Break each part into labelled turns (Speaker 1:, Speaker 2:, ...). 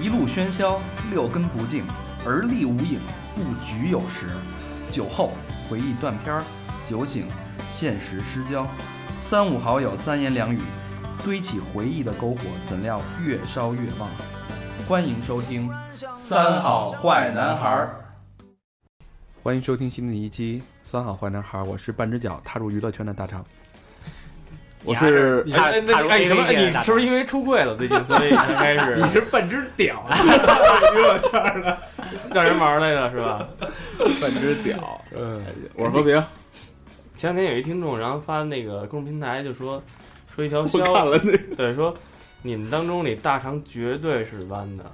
Speaker 1: 一路喧嚣，六根不净，而立无影，不局有时。酒后回忆断片儿，酒醒现实失焦。三五好友三言两语，堆起回忆的篝火，怎料越烧越旺。欢迎收听《三好坏男孩儿》。
Speaker 2: 欢迎收听新的一期《三好坏男孩》，我是半只脚踏入娱乐圈的大肠。
Speaker 3: 我是
Speaker 4: 你
Speaker 3: 哎
Speaker 4: 还
Speaker 3: 哎
Speaker 4: 是
Speaker 3: 那你哎什么？
Speaker 4: 踏入 AV 界
Speaker 3: 哎你
Speaker 4: 大
Speaker 3: 是不是因为出柜了最近，所以应 该是
Speaker 4: 你是半只屌，
Speaker 3: 让人玩来了是吧？
Speaker 2: 半只屌，
Speaker 3: 嗯，
Speaker 2: 我是和平。
Speaker 3: 前两天有一听众，然后发那个公众平台就说说一条
Speaker 2: 我看
Speaker 3: 消息，
Speaker 2: 了那
Speaker 3: 对，说你们当中里大肠绝对是弯的，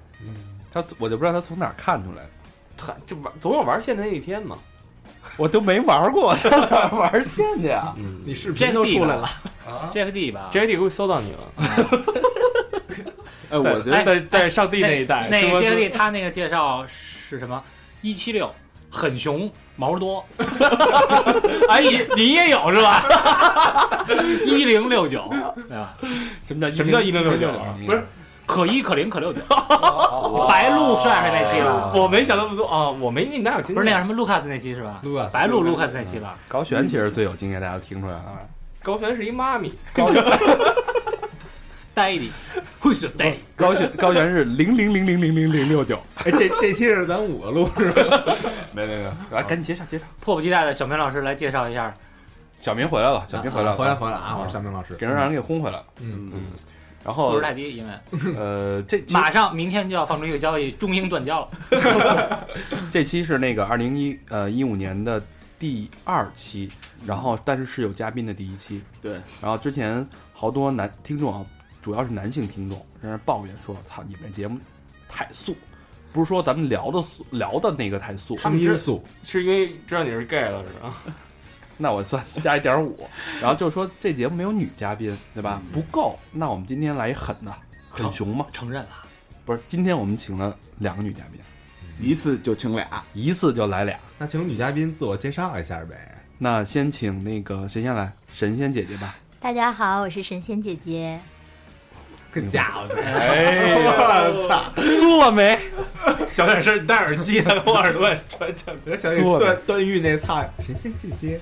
Speaker 2: 他，我就不知道他从哪儿看出来的，
Speaker 3: 他就玩总有玩线的那一天嘛。
Speaker 2: 我都没玩过，他哪儿玩线去啊？
Speaker 3: 嗯
Speaker 4: 你视频
Speaker 5: 这
Speaker 4: 都
Speaker 5: 个地
Speaker 4: 出
Speaker 5: 方
Speaker 4: 来了，
Speaker 5: Jack D 吧
Speaker 3: ，J D 估计搜到你了，
Speaker 2: 哎，我觉得
Speaker 3: 在在在上帝那一代，
Speaker 5: 那
Speaker 3: 中
Speaker 5: 个
Speaker 3: 国
Speaker 5: Jack D 他那个介绍是什么？一七六，很熊，毛多。哎，你你也有是吧？一零六九，对吧？
Speaker 3: 什么叫什么叫一零六九？
Speaker 2: 不是
Speaker 5: 可一可零可六九，白鹿算是那期了，
Speaker 3: 我没想那么多啊，我没你哪有经验？
Speaker 5: 不是那叫什么卢卡斯那期是吧？
Speaker 4: 录啊，
Speaker 5: 白鹿卢卡斯那期了，
Speaker 2: 高璇其实最有经验，大家都听出来了。啊
Speaker 3: 高璇是一妈 咪，
Speaker 5: 呆的，会损呆。
Speaker 2: 高璇高璇是零零零零零零零六 九，
Speaker 4: 哎，这这期是咱五个录是吧？
Speaker 2: 没没没，哎来赶紧介绍介绍。
Speaker 5: 迫不及待的小明老师来介绍一下，
Speaker 2: 小明回来了，小明回来了，
Speaker 4: 回来回来啊！我是小明老师，
Speaker 2: 给人让人给轰回来了。
Speaker 4: 嗯，
Speaker 2: 嗯，然
Speaker 5: 不
Speaker 2: 后
Speaker 5: 是太低，因为
Speaker 2: 呃，这期
Speaker 5: 马上明天就要放出一个消息，中英断交了。
Speaker 2: 这期是那个二零一呃一五年的第二期，然后但是是有嘉宾的第一期。
Speaker 3: 对，
Speaker 2: 然后之前好多男听众啊，主要是男性听众，在那抱怨说：“操，你们这节目太素。”不是说咱们聊的素，聊的那个太素，
Speaker 3: 他们
Speaker 4: 因
Speaker 3: 是
Speaker 4: 素
Speaker 3: 是因为知道你是 gay 了是吧？
Speaker 2: 那我算加一点五。然后就说这节目没有女嘉宾，对吧？
Speaker 6: 嗯
Speaker 2: 不够，那我们今天来一狠的，很熊嘛。
Speaker 5: 承认了，
Speaker 2: 不是，今天我们请了两个女嘉宾，
Speaker 6: 一次就请俩，
Speaker 2: 一次就来俩。
Speaker 4: 那请女嘉宾自我介绍一下呗。
Speaker 2: 那先请那个谁先来？神仙姐姐吧。
Speaker 7: 大家好，我是神仙姐姐。
Speaker 4: 跟家伙似的，
Speaker 3: 哎
Speaker 4: 我操！
Speaker 2: 酥了没？
Speaker 3: 小点声，你戴耳机，他给我耳朵传传。
Speaker 4: 我想起
Speaker 2: 说呗
Speaker 4: 段段誉那操，神仙姐姐，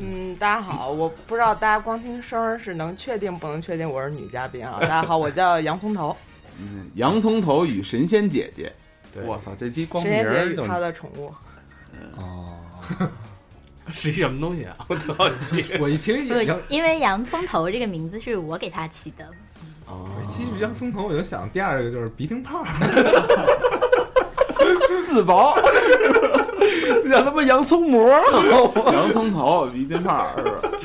Speaker 8: 嗯，大家好，我不知道大家光听声儿是能确定不能确定我是女嘉 宾啊。大家好，我叫洋葱头，
Speaker 6: 嗯，洋葱头与神仙姐姐，
Speaker 2: 我操，这期光
Speaker 8: 神
Speaker 2: 名
Speaker 8: 仙姐
Speaker 2: 儿
Speaker 8: 与
Speaker 2: 就
Speaker 8: 她的宠物。
Speaker 2: 哦，
Speaker 3: 是一什么东西啊？ 我特好奇。
Speaker 4: 我一听
Speaker 7: 不是
Speaker 4: 洋，，
Speaker 7: 因为洋葱头这个名字是我给他起的。
Speaker 4: 其实洋葱头，我就想第二个就是鼻涕泡，
Speaker 2: 四宝， 让他们洋葱膜。
Speaker 6: 洋葱头鼻涕泡儿是吧？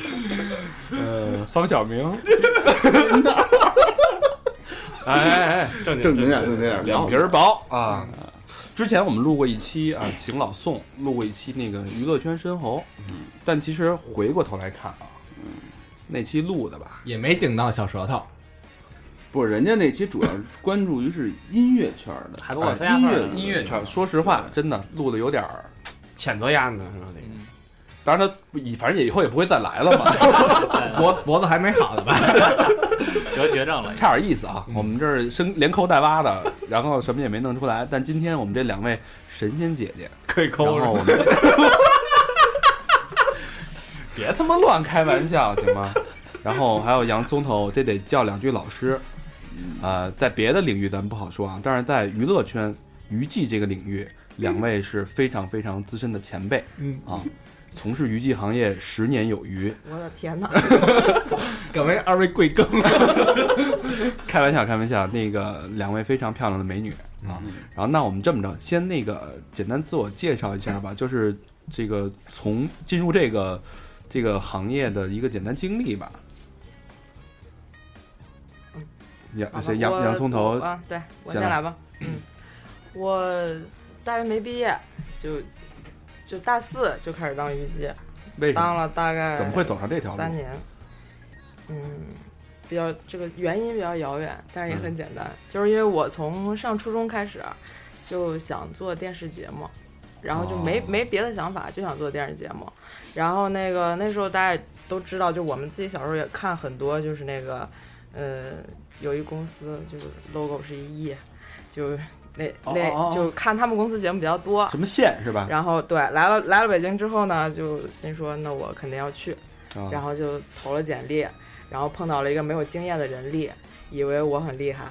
Speaker 2: 呃，方小明，
Speaker 3: 哎哎哎，正经
Speaker 6: 正经点，正经点，
Speaker 2: 脸皮儿薄啊。之前我们录过一期啊，请老宋，录过一期那个娱乐圈深喉。嗯，但其实回过头来看啊，
Speaker 6: 嗯
Speaker 2: 那期录的吧，
Speaker 4: 也没顶到小舌头。
Speaker 6: 不，人家那期主要是关注于是音乐圈儿的，啊
Speaker 5: 还不够塞牙
Speaker 6: 音
Speaker 5: 缝
Speaker 6: 乐
Speaker 5: 呢。
Speaker 2: 音乐圈，说实话，真的录的有点儿。
Speaker 3: 谴责丫呢是吧？这个
Speaker 2: 当然，他以反正也以后也不会再来 了嘛，
Speaker 4: 脖脖子还没好呢吧？
Speaker 5: 得绝症了。
Speaker 2: 差点意思啊！
Speaker 4: 嗯
Speaker 2: 我们这儿生连抠带挖的，然后什么也没弄出来。但今天我们这两位神仙姐姐，
Speaker 3: 可以
Speaker 2: 然
Speaker 3: 抠是
Speaker 2: 后
Speaker 3: 吧？
Speaker 2: 我们 别他妈乱开玩笑行吗？然后还有洋葱头，这得叫两句老师。呃，在别的领域咱们不好说啊，但是在娱乐圈娱记这个领域，两位是非常非常资深的前辈
Speaker 4: 嗯，
Speaker 2: 啊，从事娱记行业十年有余。
Speaker 8: 我的天 哪！
Speaker 4: 嗯敢为二位贵庚了？
Speaker 2: 开玩笑，开玩笑，那个两位非常漂亮的美女啊。
Speaker 6: 嗯
Speaker 2: 然后那我们这么着，先那个简单自我介绍一下吧，就是这个从进入这个这个行业的一个简单经历吧。洋
Speaker 8: 嗯好吧
Speaker 2: 谁洋
Speaker 8: 我
Speaker 2: 洋葱头，
Speaker 8: 啊，对我
Speaker 2: 行
Speaker 8: 先来吧。嗯，我大学没毕业就就大四就开始当娱记，
Speaker 2: 为什么
Speaker 8: 当了大概
Speaker 2: 怎么会走上这条
Speaker 8: 三
Speaker 2: 路？
Speaker 8: 年，嗯，比较这个原因比较遥远，但是也
Speaker 2: 嗯
Speaker 8: 很简单，就是因为我从上初中开始啊就想做电视节目，然后就没、
Speaker 2: 哦
Speaker 8: 没别的想法，就想做电视节目。然后那个那时候大家也都知道，就我们自己小时候也看很多，就是那个呃有一公司就是 logo 是一亿，就那
Speaker 2: 哦
Speaker 8: 那
Speaker 2: 哦哦
Speaker 8: 就看他们公司节目比较多，
Speaker 2: 什么县是吧？
Speaker 8: 然后对来了来了北京之后呢，就心说那我肯定要去，
Speaker 2: 啊
Speaker 8: 然后就投了简历，然后碰到了一个没有经验的人力，以为我很厉害，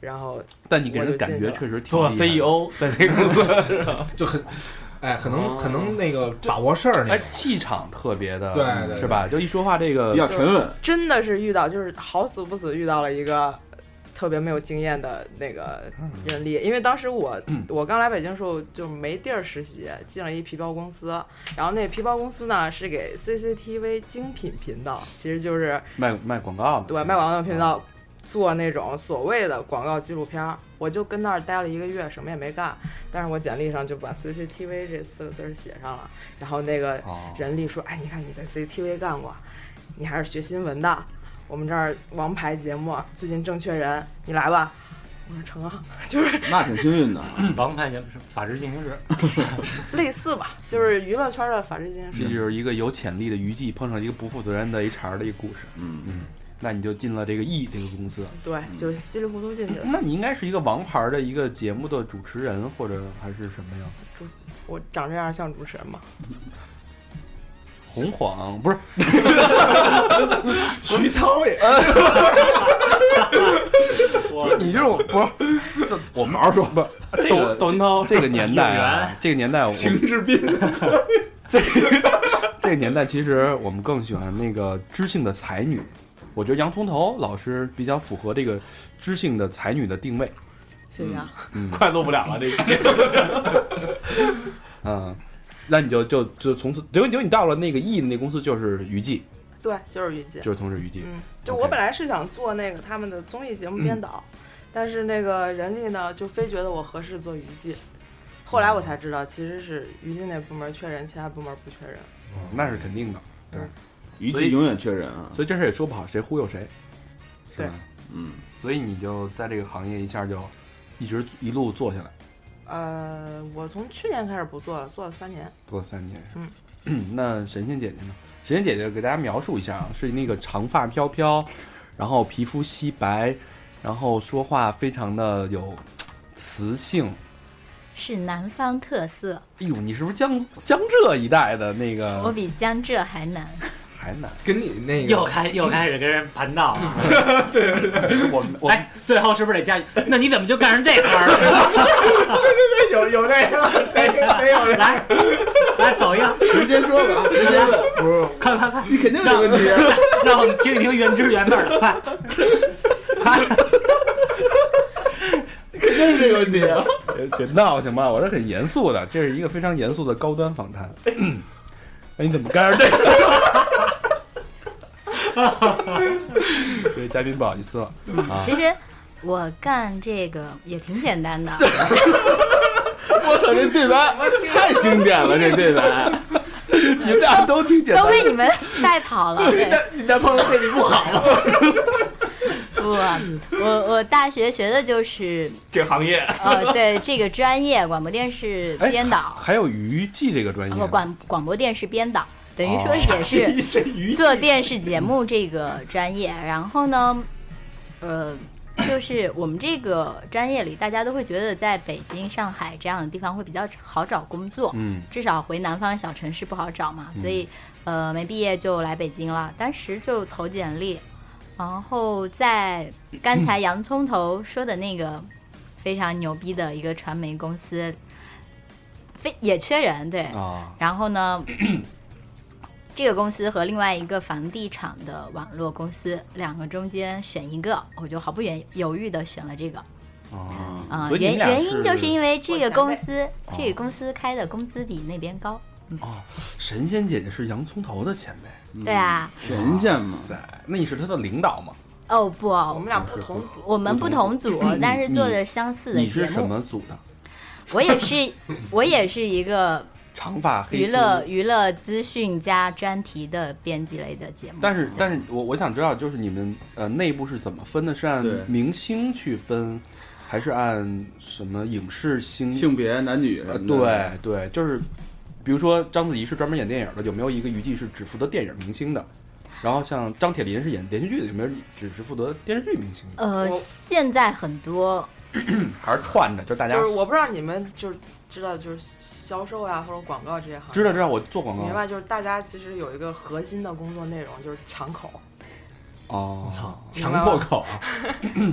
Speaker 8: 然后
Speaker 2: 但你给人的
Speaker 8: 我就
Speaker 2: 感
Speaker 8: 进
Speaker 2: 觉
Speaker 8: 去
Speaker 2: 确
Speaker 8: 了
Speaker 2: 实挺
Speaker 3: 做
Speaker 2: 厉害
Speaker 6: E
Speaker 2: 的
Speaker 3: CEO 在这公司，
Speaker 4: 哎 就很，哎，很能
Speaker 3: 哦
Speaker 4: 很能那个把握事儿那
Speaker 2: 哎
Speaker 4: 种，，
Speaker 2: 气场特别的，
Speaker 4: 对对对
Speaker 2: 是吧？就一说话这个
Speaker 6: 比较沉稳，
Speaker 8: 真的是遇到就是好死不死遇到了一个。特别没有经验的那个人力，因为当时我我刚来北京的时候就没地儿实习，进了一皮包公司，然后那皮包公司呢是给 CCTV 精品频道，其实就是
Speaker 2: 卖卖广告的，
Speaker 8: 对，卖广告频道做那种所谓的广告纪录片儿，我就跟那儿待了一个月，什么也没干，但是我简历上就把 CCTV 这四个字儿写上了，然后那个
Speaker 2: 哦
Speaker 8: 人力说，哎，你看你在 CCTV 干过，你还是学新闻的，我们这儿王牌节目最近正确人，你来吧。我说成啊，就是
Speaker 6: 那挺幸运的。
Speaker 5: 王牌节目是《法制进行时》，
Speaker 8: 类似吧，就是娱乐圈的法制进行
Speaker 2: 这
Speaker 8: 时。
Speaker 2: 就是一个有潜力的娱记碰上一个不负责任的 HR 的一个故事。
Speaker 6: 嗯，
Speaker 2: 那你就进了这个 E 这个公司，
Speaker 8: 对，就是稀里糊涂进去的。
Speaker 2: 那你应该是一个王牌的一个节目的主持人，或者还是什么呀？
Speaker 8: 我长这样像主持人吗？
Speaker 2: 红黄不是
Speaker 4: 徐涛也
Speaker 2: 不是你这种不是 这我好好说不是 这
Speaker 3: 窦
Speaker 2: 个
Speaker 3: 窦文涛
Speaker 2: 这个年代啊，这个年 代我
Speaker 4: 邢志斌，
Speaker 2: 这个年代其实我们更喜欢那个知性的才女，我觉得洋葱头老师比较符合这个知性的才女的定位。
Speaker 8: 谢谢啊。
Speaker 3: 快录不了了，这期
Speaker 2: 嗯，那你就就就从此，结果结果你到了那个 E 的那公司就是娱记，
Speaker 8: 对，就是云姐。
Speaker 2: 就是同事娱记。
Speaker 8: 嗯，就
Speaker 2: OK 嗯
Speaker 8: 我本来是想做那个他们的综艺节目编导，但是那个人力呢，就非觉得我合适做娱记。后来我才知道，其实是娱记那部门缺人，其他部门不缺人。
Speaker 2: 嗯那是肯定的。
Speaker 6: 虞
Speaker 2: 所以
Speaker 6: 姬永远缺人啊。
Speaker 2: 所以这事儿也说不好谁忽悠谁，是吧？
Speaker 6: 嗯，
Speaker 2: 所以你就在这个行业一下就一直一路做下来，
Speaker 8: 呃，我从去年开始不做了，做了三年。
Speaker 2: 做了三年。嗯， 那神仙姐姐呢？神仙姐姐给大家描述一下啊，是那个长发飘飘，然后皮肤皙白，然后说话非常的有磁性。
Speaker 7: 是南方特色，
Speaker 2: 哎呦，你是不是江江浙一带的那
Speaker 7: 我
Speaker 2: 个
Speaker 7: 比江浙还南。
Speaker 2: 海南？
Speaker 4: 跟你那个
Speaker 5: 又开又开始跟人盘道了。
Speaker 2: 我们我们
Speaker 5: 哎，最后是不是得加？那你怎么就干成这行了？
Speaker 4: 有有 那个得得有这个，
Speaker 5: 来，来走一个，
Speaker 6: 直接说吧，直接问，
Speaker 4: 不是
Speaker 5: 快快快！
Speaker 6: 你肯定有
Speaker 5: 让
Speaker 6: 问题。
Speaker 5: 让我们听一听原汁原味儿的，快！快！
Speaker 2: 别别闹行吗？我这很严肃的，这是一个非常严肃的高端访谈。哎，你怎么干上这个？ 这位嘉宾不好意思了啊！
Speaker 7: 其实我干这个也挺简单的，
Speaker 6: 我操，这对白太经典了，这对白。
Speaker 2: 你们俩都 挺简单哎
Speaker 7: 都，被你们带跑 了。对
Speaker 2: 你男朋友对你不好吗？
Speaker 7: 不，我我大学学的就是
Speaker 5: 这行业
Speaker 7: 呃，对这个专业，广播电视
Speaker 2: 哎
Speaker 7: 编导，
Speaker 2: 还有娱记这个专业
Speaker 7: 啊
Speaker 2: 啊
Speaker 7: 不，广广播电视编导，等于说也是。
Speaker 4: 这鱼
Speaker 7: 做电视节目这个专业，然后呢，呃，就是我们这个专业里，大家都会觉得在北京、上海这样的地方会比较好找工作，
Speaker 2: 嗯，
Speaker 7: 至少回南方小城市不好找嘛，所以呃，没毕业就来北京了，当时就投简历，然后在刚才洋葱头说的那个非常牛逼的一个传媒公司，非也缺人，对，
Speaker 2: 啊，
Speaker 7: 然后呢， 这个公司和另外一个房地产的网络公司，两个中间选一个，我就毫不犹犹豫的选了这个。啊、
Speaker 2: 所以你
Speaker 7: 原
Speaker 2: 们俩
Speaker 7: 原因就是是因为这个公司
Speaker 2: 哦，
Speaker 7: 这个公司开的工资比那边高。
Speaker 2: 神仙姐姐是洋葱头的前辈，
Speaker 7: 对啊，
Speaker 6: 神仙嘛，
Speaker 2: 塞，那你是他的领导吗？
Speaker 7: 哦不，
Speaker 8: 我们俩不同组，
Speaker 7: 我们不同组，但是做着相似的
Speaker 2: 嗯你是
Speaker 7: 节
Speaker 2: 什
Speaker 7: 目。
Speaker 2: 么组的？
Speaker 7: 我 也是，我也是一个
Speaker 2: 长发黑
Speaker 7: 娱
Speaker 2: 丝
Speaker 7: 乐娱乐资讯加专题的编辑类的节目。
Speaker 2: 但是，但是我我想知道，就是你们呃内部是怎么分的？是按
Speaker 6: 对
Speaker 2: 明星去分，还是按什么影视星？
Speaker 6: 性别、男女什
Speaker 2: 呃，
Speaker 6: 么的，
Speaker 2: 对对，就是比如说章子怡是专门演电影的，有没有一个娱记是只负责电影明星的？然后像张铁林是演连续剧的，有没有只是负责电视剧明星？
Speaker 7: 呃，
Speaker 8: 我
Speaker 7: 现在很多
Speaker 2: 还是串着，就大家
Speaker 8: 就是我不知道你们就是知道就是销售啊呀、或者广告这些行业，
Speaker 2: 知道知道我做广
Speaker 8: 明
Speaker 2: 告
Speaker 8: 白，就是大家其实有一个核心的工作内容，就是抢口。
Speaker 2: 哦，
Speaker 4: 强迫口，啊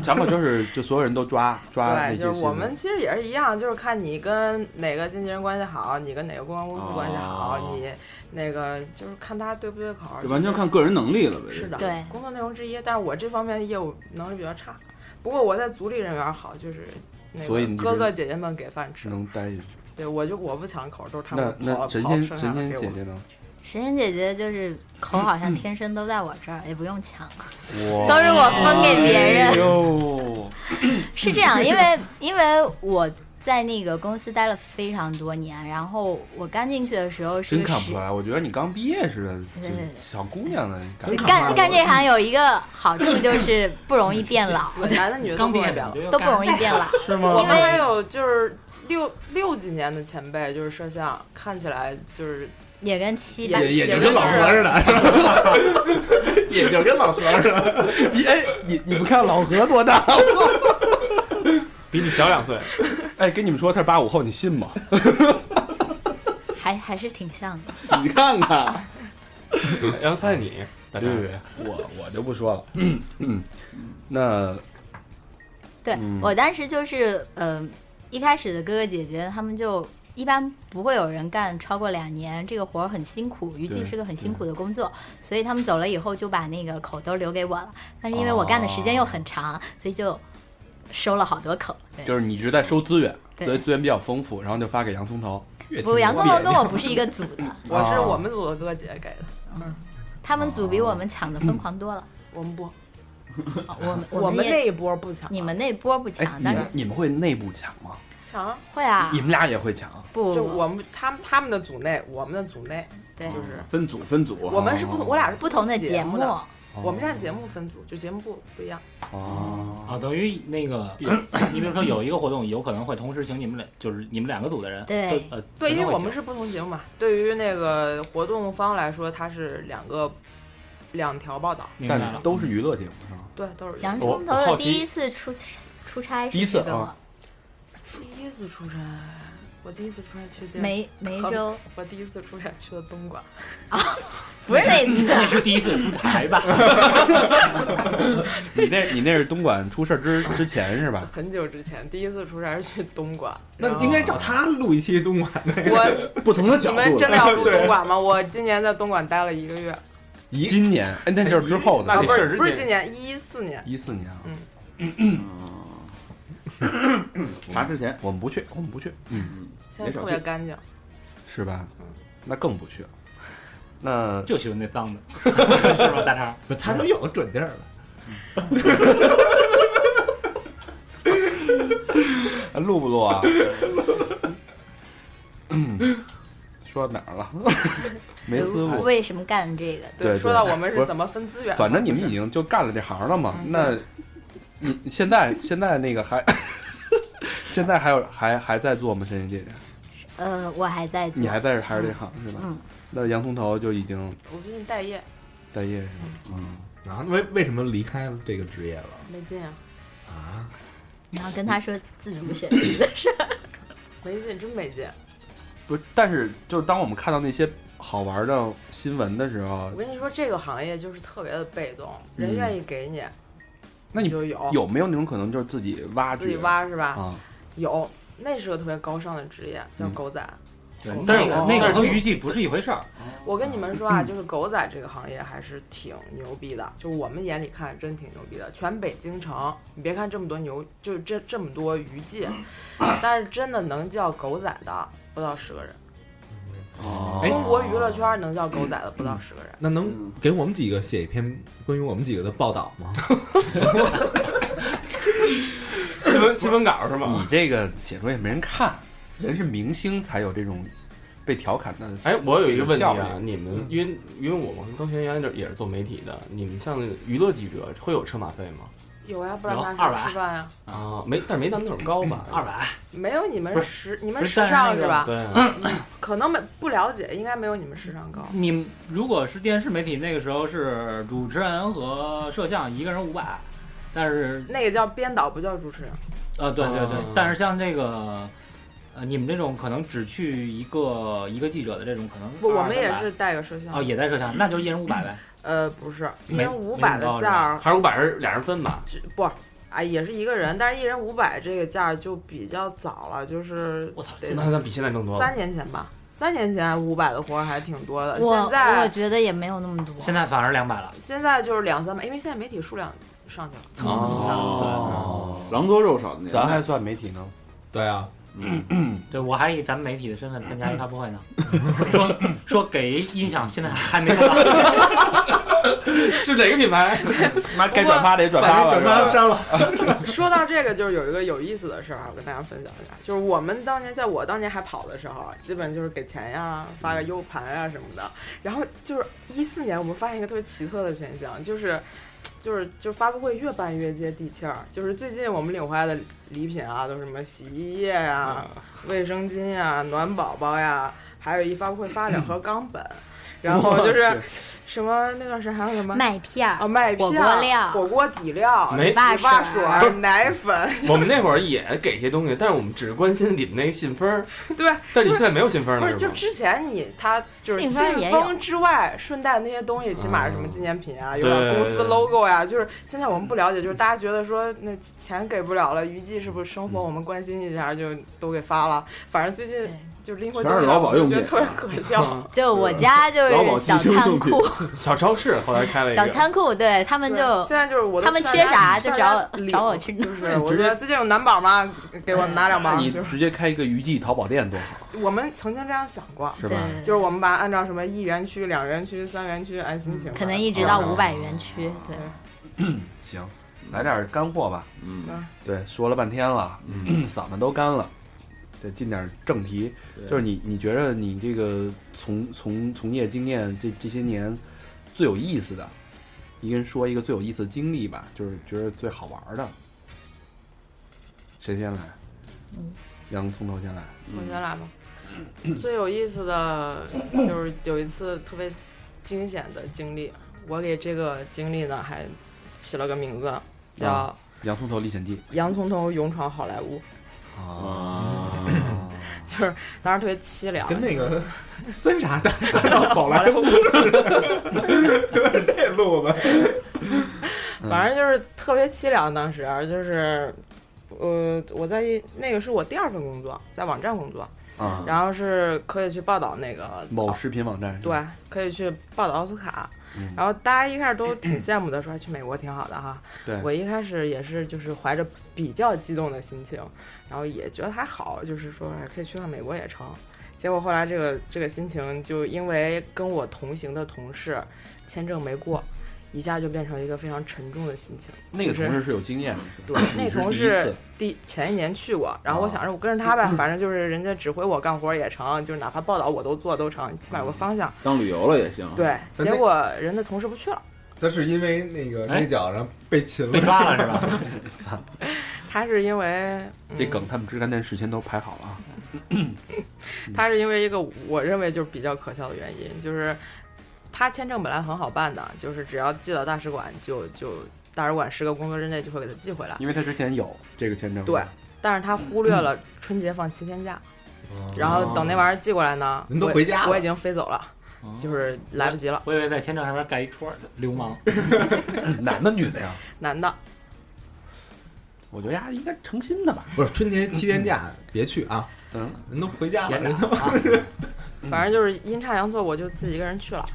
Speaker 2: 强口就是就所有人都抓抓那
Speaker 8: 对，
Speaker 2: 些
Speaker 8: 就是
Speaker 2: 新
Speaker 8: 我
Speaker 2: 闻
Speaker 8: 们其实也是一样，就是看你跟哪个经纪人关系好，你跟哪个公关公司关系好，
Speaker 2: 哦
Speaker 8: 你那个就是看他对不对口。
Speaker 6: 这完全看个人能力了呗。
Speaker 8: 是的，
Speaker 7: 对
Speaker 8: 工作内容之一。但是我这方面业务能力比较差，不过我在组里人缘好，就是那
Speaker 2: 所以
Speaker 8: 个
Speaker 2: 你就是
Speaker 8: 哥哥姐姐们给饭吃。
Speaker 2: 能待。
Speaker 8: 对我就我不抢口，都是他
Speaker 2: 那
Speaker 8: 们
Speaker 2: 那
Speaker 8: 跑跑
Speaker 2: 神
Speaker 8: 剩
Speaker 2: 仙
Speaker 8: 下
Speaker 2: 神
Speaker 8: 的
Speaker 2: 仙
Speaker 8: 给
Speaker 2: 姐
Speaker 8: 我。
Speaker 2: 姐呢？
Speaker 7: 神仙姐姐就是口好像天生都在我这儿，也不用抢，
Speaker 2: 哇
Speaker 7: 都是 我分
Speaker 5: 哦
Speaker 7: 给别人。
Speaker 4: 哎
Speaker 2: 哟，
Speaker 7: 是这样，因为因为我在那个公司待了非常多年，然后我刚进去的时候是
Speaker 2: 真
Speaker 7: 个
Speaker 2: 看不
Speaker 7: 实嗯
Speaker 2: 出来，我觉得你刚毕业似的，
Speaker 7: 对对对
Speaker 2: 这小姑娘呢，感
Speaker 4: 真
Speaker 2: 觉
Speaker 4: 看不出来
Speaker 7: 干干这行有一个好处就是不容易变老，
Speaker 8: 我男的女的都
Speaker 5: 刚
Speaker 8: 不
Speaker 5: 毕
Speaker 8: 会
Speaker 5: 业
Speaker 8: 表
Speaker 5: 你就要
Speaker 7: 都不
Speaker 5: 干
Speaker 7: 容易变老。
Speaker 2: 是
Speaker 8: 我
Speaker 7: 因
Speaker 8: 们
Speaker 7: 为
Speaker 8: 还有就是六六几年的前辈，就是摄像，看起来就是
Speaker 7: 也跟七八
Speaker 4: 也哎也
Speaker 7: 九
Speaker 4: 就跟老何似的，是吧 也就跟老何似的。
Speaker 2: 你哎，你你不看老何多大？
Speaker 3: 比你小两岁，
Speaker 2: 哎，跟你们说他是八五后，你信吗？
Speaker 7: 还还是挺像的。
Speaker 6: 你看看，
Speaker 3: 然后猜你，大
Speaker 2: 对
Speaker 3: 家
Speaker 2: 对对，我我就不说了。嗯嗯，那
Speaker 7: 对、
Speaker 2: 嗯
Speaker 7: 我当时就是，呃，一开始的哥哥姐姐他们就一般不会有人干超过两年，这个活儿很辛苦，娱记
Speaker 2: 对
Speaker 7: 是个很辛苦的工作，所以他们走了以后就把那个口都留给我了。但是因为我干的时间又很长，所以就收了好多口。对
Speaker 2: 哦就是你一直在收资源，
Speaker 7: 对
Speaker 2: 所以资源比较丰富，然后就发给洋葱头。
Speaker 7: 不，杨宗龙跟我不是一个组的，
Speaker 8: 我是
Speaker 2: 啊
Speaker 8: 我们组的哥哥姐姐给的，
Speaker 7: 他们组比我们抢的疯狂多了。
Speaker 8: 我们不，
Speaker 7: 我们
Speaker 8: 嗯 我们
Speaker 7: 也
Speaker 8: 那一波不抢，
Speaker 7: 你们那波不
Speaker 2: 哎，
Speaker 7: 抢，
Speaker 2: 你
Speaker 7: 但
Speaker 2: 们
Speaker 7: 是
Speaker 2: 你们会内部抢吗？
Speaker 8: 抢啊，
Speaker 7: 会啊，
Speaker 2: 你们俩也会抢？
Speaker 7: 不
Speaker 8: 就
Speaker 7: 不
Speaker 8: 我们他们他们的组内，我们的组内
Speaker 7: 对
Speaker 8: 就是
Speaker 6: 分组分组，
Speaker 4: 哦
Speaker 8: 我们是不同，我俩是
Speaker 7: 不同的
Speaker 8: 的
Speaker 7: 节
Speaker 8: 目
Speaker 7: 目，
Speaker 8: 的，我们是
Speaker 2: 这
Speaker 8: 按节目分组，就节目部不一样。
Speaker 2: 哦，
Speaker 5: 啊，等于那个，你比如说有一个活动，有可能会同时请你们俩，就是你们两个组的人，
Speaker 7: 对
Speaker 5: 都，呃，
Speaker 8: 对，因为我们
Speaker 5: 是
Speaker 8: 是不同节目嘛。对于那个活动方来说，它是两个两条报道，
Speaker 5: 明白
Speaker 2: 但
Speaker 5: 了，
Speaker 2: 都是娱乐 节目是吗？
Speaker 8: 对，都是
Speaker 7: 洋
Speaker 2: 我
Speaker 7: 葱头
Speaker 2: 我好
Speaker 7: 的
Speaker 2: 奇
Speaker 7: 第一次出出差是
Speaker 2: 第一次
Speaker 7: 去的
Speaker 2: 啊
Speaker 7: 吗
Speaker 8: 第一次出差，我第一次出差去的，
Speaker 7: 梅梅
Speaker 8: 啊好
Speaker 7: 州
Speaker 8: 我第一次出差去的东莞，
Speaker 7: 不是那
Speaker 5: 那
Speaker 7: 次，
Speaker 5: 是第一次出台吧？
Speaker 2: 你那你那是东莞出事儿之之前是吧？
Speaker 8: 很久之前第一次出差是去东莞。
Speaker 4: 那
Speaker 8: 然后
Speaker 4: 应该找他录一期东莞的，
Speaker 8: 我
Speaker 6: 不同的角
Speaker 8: 你
Speaker 6: 度
Speaker 8: 们真
Speaker 6: 了。
Speaker 8: 的要住东莞吗？我今年在东莞待了一个月，
Speaker 4: 一
Speaker 2: 今年哎，那就是之后
Speaker 8: 啊
Speaker 2: 的
Speaker 3: 那得
Speaker 8: 不
Speaker 3: 事儿
Speaker 8: 是
Speaker 3: 之
Speaker 8: 不是
Speaker 3: 前
Speaker 8: 今年，一四年。
Speaker 2: 一四年啊。嗯
Speaker 6: 查之前
Speaker 2: 我们不去，我们不去，嗯
Speaker 8: 现在特别干净，
Speaker 2: 是吧？那更不去了。那
Speaker 5: 就喜欢那脏的，是吧，大肠？
Speaker 4: 他都有个准地儿了。
Speaker 2: 哎录不录啊？嗯说到哪儿了？没思路。
Speaker 7: 为什么干这个？
Speaker 2: 对对
Speaker 8: 说到我们
Speaker 2: 不
Speaker 8: 是
Speaker 2: 是
Speaker 8: 怎么分资源，
Speaker 2: 反正你们已经就干了这行了嘛，
Speaker 8: 嗯
Speaker 2: 那你你现在现在那个还， 现在还有还还在做吗？神仙姐姐，
Speaker 7: 呃，我还在做
Speaker 2: 你，还在还是这行是吧？
Speaker 7: 嗯，
Speaker 2: 那洋葱头就已经
Speaker 8: 我最近待业
Speaker 2: 待业是吧？嗯，
Speaker 4: 然后为为什么离开这个职业了
Speaker 8: 没劲啊，
Speaker 4: 啊？
Speaker 7: 然后跟他说自主选择的事儿，
Speaker 8: 没劲，真没劲。
Speaker 2: 不是，但是就是当我们看到那些好玩的新闻的时候
Speaker 8: 我，跟你说，这个行业就是特别的被动，
Speaker 2: 嗯
Speaker 8: 人愿意给你，
Speaker 2: 那你
Speaker 8: 就有
Speaker 2: 有没有那种可能就是自己挖掘
Speaker 8: 自己挖是吧？
Speaker 2: 啊？
Speaker 8: 有，那是个特别高尚的职业，叫
Speaker 2: 嗯
Speaker 8: 狗仔。
Speaker 5: 对
Speaker 8: 哦，
Speaker 5: 但是
Speaker 8: 哦
Speaker 5: 那个
Speaker 8: 但是
Speaker 5: 和娱记不是一回事儿，
Speaker 8: 我跟你们说 啊，就是狗仔这个行业还是挺牛逼的，就我们眼里看真挺牛逼的。全北京城，你别看这么多牛，就是这这么多娱 记，但是真的能叫狗仔的不到十个人。
Speaker 2: 哦
Speaker 4: 哎
Speaker 8: 中国娱乐圈能叫狗仔的不到十
Speaker 5: 嗯
Speaker 8: 个人。
Speaker 4: 那能给我们几个写一篇关于我们几个的报道吗？
Speaker 3: 新闻新闻稿是
Speaker 2: 你
Speaker 3: 吗？
Speaker 2: 这个写出来也没人看，人是明星才有这种被调侃的。
Speaker 3: 哎，我有一个问题
Speaker 2: 效率
Speaker 3: 啊，你们因为因为我们跟高璇原来就也是做媒体的，你们像那个娱乐记者会有车马费吗？
Speaker 8: 有啊呀，不然
Speaker 5: 有
Speaker 8: 拿
Speaker 5: 二
Speaker 8: 什么
Speaker 5: 百
Speaker 8: 吃饭呀？
Speaker 3: 啊，没，但是没咱们那会儿高吧？
Speaker 5: 二百，
Speaker 8: 没有你们
Speaker 5: 不是
Speaker 8: 时你们
Speaker 5: 不
Speaker 8: 时
Speaker 5: 是但是那
Speaker 8: 尚
Speaker 5: 个
Speaker 8: 是吧？
Speaker 3: 对啊，
Speaker 8: 可能没不了解，应该没有你们时尚高。
Speaker 5: 你们如果是电视媒体，那个时候是主持人和摄像一个人五百，但是
Speaker 8: 那个叫编导，不叫主持人。
Speaker 5: 呃，对对对
Speaker 3: 啊，
Speaker 5: 但是像这个。呃，你们这种可能只去一个一个记者的这种，可能
Speaker 8: 不，我们
Speaker 5: 200
Speaker 8: 也是带个摄像。
Speaker 5: 哦，也在摄像，那就是一人五百呗。
Speaker 8: 呃，不是，一
Speaker 5: 没
Speaker 8: 人五百
Speaker 5: 没那么高
Speaker 8: 的
Speaker 5: 是吧
Speaker 8: 价儿，
Speaker 3: 还是五百人俩人分吧？
Speaker 8: 只不啊也是一个人，但是一人五百这个价儿就比较早了，就是
Speaker 5: 我操，
Speaker 8: 对
Speaker 5: 这
Speaker 3: 那那比现在更多了。
Speaker 8: 三年前吧。三年前五百的活儿还挺多的，
Speaker 7: 我
Speaker 8: 现
Speaker 7: 我
Speaker 8: 在
Speaker 7: 觉得也没有那么
Speaker 8: 嗯
Speaker 7: 多。
Speaker 5: 现在反而两百了。
Speaker 8: 现在就是两三百，因为现在媒体数量上去了，蹭蹭蹭上。
Speaker 3: 哦，
Speaker 6: 狼多肉少的年代，
Speaker 2: 咱还算媒体呢，
Speaker 4: 对啊，
Speaker 5: 对，我还以咱们媒体的身份 参加一发布会呢，说说给音响，现在还没有到。
Speaker 3: 是哪个品牌？
Speaker 2: 妈该转发得转
Speaker 4: 把
Speaker 2: 发
Speaker 4: 这转
Speaker 2: 吧
Speaker 4: 发。删了。
Speaker 8: 说到这个，就是有一个有意思的事儿啊，我跟大家分享一下。就是我们当年，在我当年还跑的时候，啊基本就是给钱呀、发个 U 盘呀什么的。然后就是一四年，我们发现一个特别奇特的现象，就是就是就是发布会越办越接地气儿。就是最近我们领回来的礼品啊，都是什么洗衣液呀、 卫生巾呀、暖宝宝呀，还有一发布会发两盒冈本，然后就是什么那段时间还有什么。
Speaker 7: 麦片
Speaker 8: 啊，
Speaker 7: 儿，
Speaker 8: 麦片
Speaker 7: 火
Speaker 8: 儿、
Speaker 7: 锅料
Speaker 8: 火锅底料、
Speaker 3: 没
Speaker 8: 洗发
Speaker 7: 洗发
Speaker 8: 水
Speaker 7: 水
Speaker 8: 儿、奶粉，
Speaker 3: 我们那会儿也给一些东西，但是我们只是关心你们那个信封儿。
Speaker 8: 对，
Speaker 3: 但是你们现在没有信封
Speaker 8: 不
Speaker 3: 了，
Speaker 8: 是，就
Speaker 3: 吗？
Speaker 8: 之前你他就是
Speaker 7: 信
Speaker 8: 信
Speaker 7: 封也有
Speaker 8: 封之外，顺带那些东西，起码是什么
Speaker 6: 嗯
Speaker 8: 纪念品啊，有点公
Speaker 3: 对
Speaker 8: 司
Speaker 3: 对对
Speaker 8: logo 呀、就是现在我们不了解，就是大家觉得说那钱给不了了，余悸是不是生
Speaker 6: 嗯
Speaker 8: 活我们关心一下就都给发了，反正最近就拎回
Speaker 6: 全是劳保用品啊嗯
Speaker 8: 觉得特别可 笑。
Speaker 7: 就我家就
Speaker 6: 劳保
Speaker 7: 是
Speaker 6: 计
Speaker 7: 小
Speaker 6: 生
Speaker 7: 仓
Speaker 6: 用品
Speaker 7: 库，
Speaker 3: 啊小超市后来开了一
Speaker 7: 小
Speaker 3: 个，
Speaker 7: 仓库，对他们
Speaker 8: 对
Speaker 7: 就
Speaker 8: 现在就是我都
Speaker 7: 他们缺啥就找我找我去
Speaker 8: 就
Speaker 7: 弄
Speaker 8: 是我觉得最近有男宝吗？给我拿两包。
Speaker 2: 那你
Speaker 8: 就是
Speaker 2: 直接开一个娱记淘宝店多好，
Speaker 8: 我们曾经这样想过，
Speaker 2: 是吧？
Speaker 7: 对
Speaker 8: 就是我们把按照什么一元区、两元区、三元区按心情
Speaker 7: 嗯
Speaker 8: 吧，
Speaker 7: 可能一直到五百元区，对。
Speaker 2: 行，来点干货吧。
Speaker 6: 嗯，
Speaker 2: 对，说了半天了，
Speaker 6: 嗯
Speaker 2: 嗓子都干了，得进点正题。
Speaker 6: 对
Speaker 2: 就是你，你觉得你这个从从从业经验这这些年最有意思的，一个人说一个最有意思的经历吧，就是觉得最好玩的。谁先来？
Speaker 7: 嗯，
Speaker 2: 洋葱头先来。
Speaker 8: 我先来吧。最有意思的就是有一次特别惊险的经历，我给这个经历呢还起了个名字，叫
Speaker 2: 洋葱头历险记
Speaker 8: 《洋葱头勇闯好莱坞》，
Speaker 2: 啊，
Speaker 8: 就是当时特别凄凉。
Speaker 4: 跟那个森啥的到宝莱坞似的， 这路子。
Speaker 8: 反正就是特别凄凉。当时就是，呃，我在一那个是我第二份工作，在网站工作，
Speaker 2: 啊，
Speaker 8: 然后是可以去报道那个
Speaker 6: 啊
Speaker 2: 某视频网站是吧，
Speaker 8: 对，可以去报道奥斯卡。
Speaker 2: 嗯
Speaker 8: 然后大家一开始都挺羡慕的，说哎去美国挺好的哈。
Speaker 2: 对
Speaker 8: 我一开始也是就是怀着比较激动的心情，然后也觉得还好，就是说哎可以去趟美国也成。结果后来这个这个心情就因为跟我同行的同事签证没过，一下就变成一个非常沉重的心情。
Speaker 2: 那个同事是有经
Speaker 6: 嗯
Speaker 2: 验的，
Speaker 8: 对，那
Speaker 2: 你是
Speaker 8: 同
Speaker 2: 第一
Speaker 8: 事
Speaker 2: 次
Speaker 8: 第前一年去过，
Speaker 2: 哦
Speaker 8: 然后我想着我跟 着他呗，反正就是人家指挥我干活儿也成，就是哪怕报道我都做都成，起码
Speaker 2: 嗯
Speaker 8: 有个方向。
Speaker 6: 当旅游了也行。，
Speaker 8: 对，
Speaker 4: 那
Speaker 8: 结果人的同事不去了，
Speaker 4: 他是因为那个
Speaker 5: 哎
Speaker 4: 那脚上被擒
Speaker 5: 被
Speaker 4: 了，
Speaker 5: 抓了是吧？
Speaker 8: 他是因为、嗯
Speaker 2: 这梗，他们之前那事前都排好了啊。
Speaker 8: 他是因为一个我认为就是比较可笑的原因，就是他签证本来很好办的，就是只要寄到大使馆就就大使馆十个工作日内就会给他寄回来，
Speaker 2: 因为他之前有这个签证，
Speaker 8: 对但是他忽略了春节放七天假，然后等那玩意儿寄过来
Speaker 4: 哦
Speaker 8: 呢，
Speaker 4: 人都
Speaker 8: 我
Speaker 4: 回家了哦
Speaker 8: 我已经飞走了，就是来不及了，
Speaker 5: 我以为在签证上面盖一戳儿，流 氓。
Speaker 2: 男的女的呀？
Speaker 8: 男的，
Speaker 2: 我觉得呀，应该诚心的吧。
Speaker 4: 不是春节七天假别去啊，
Speaker 2: 嗯，
Speaker 4: 人都回家了，
Speaker 5: 别打
Speaker 4: 人都
Speaker 5: 啊！
Speaker 4: 嗯
Speaker 8: 反正就是阴差阳错我就自己一个人去了，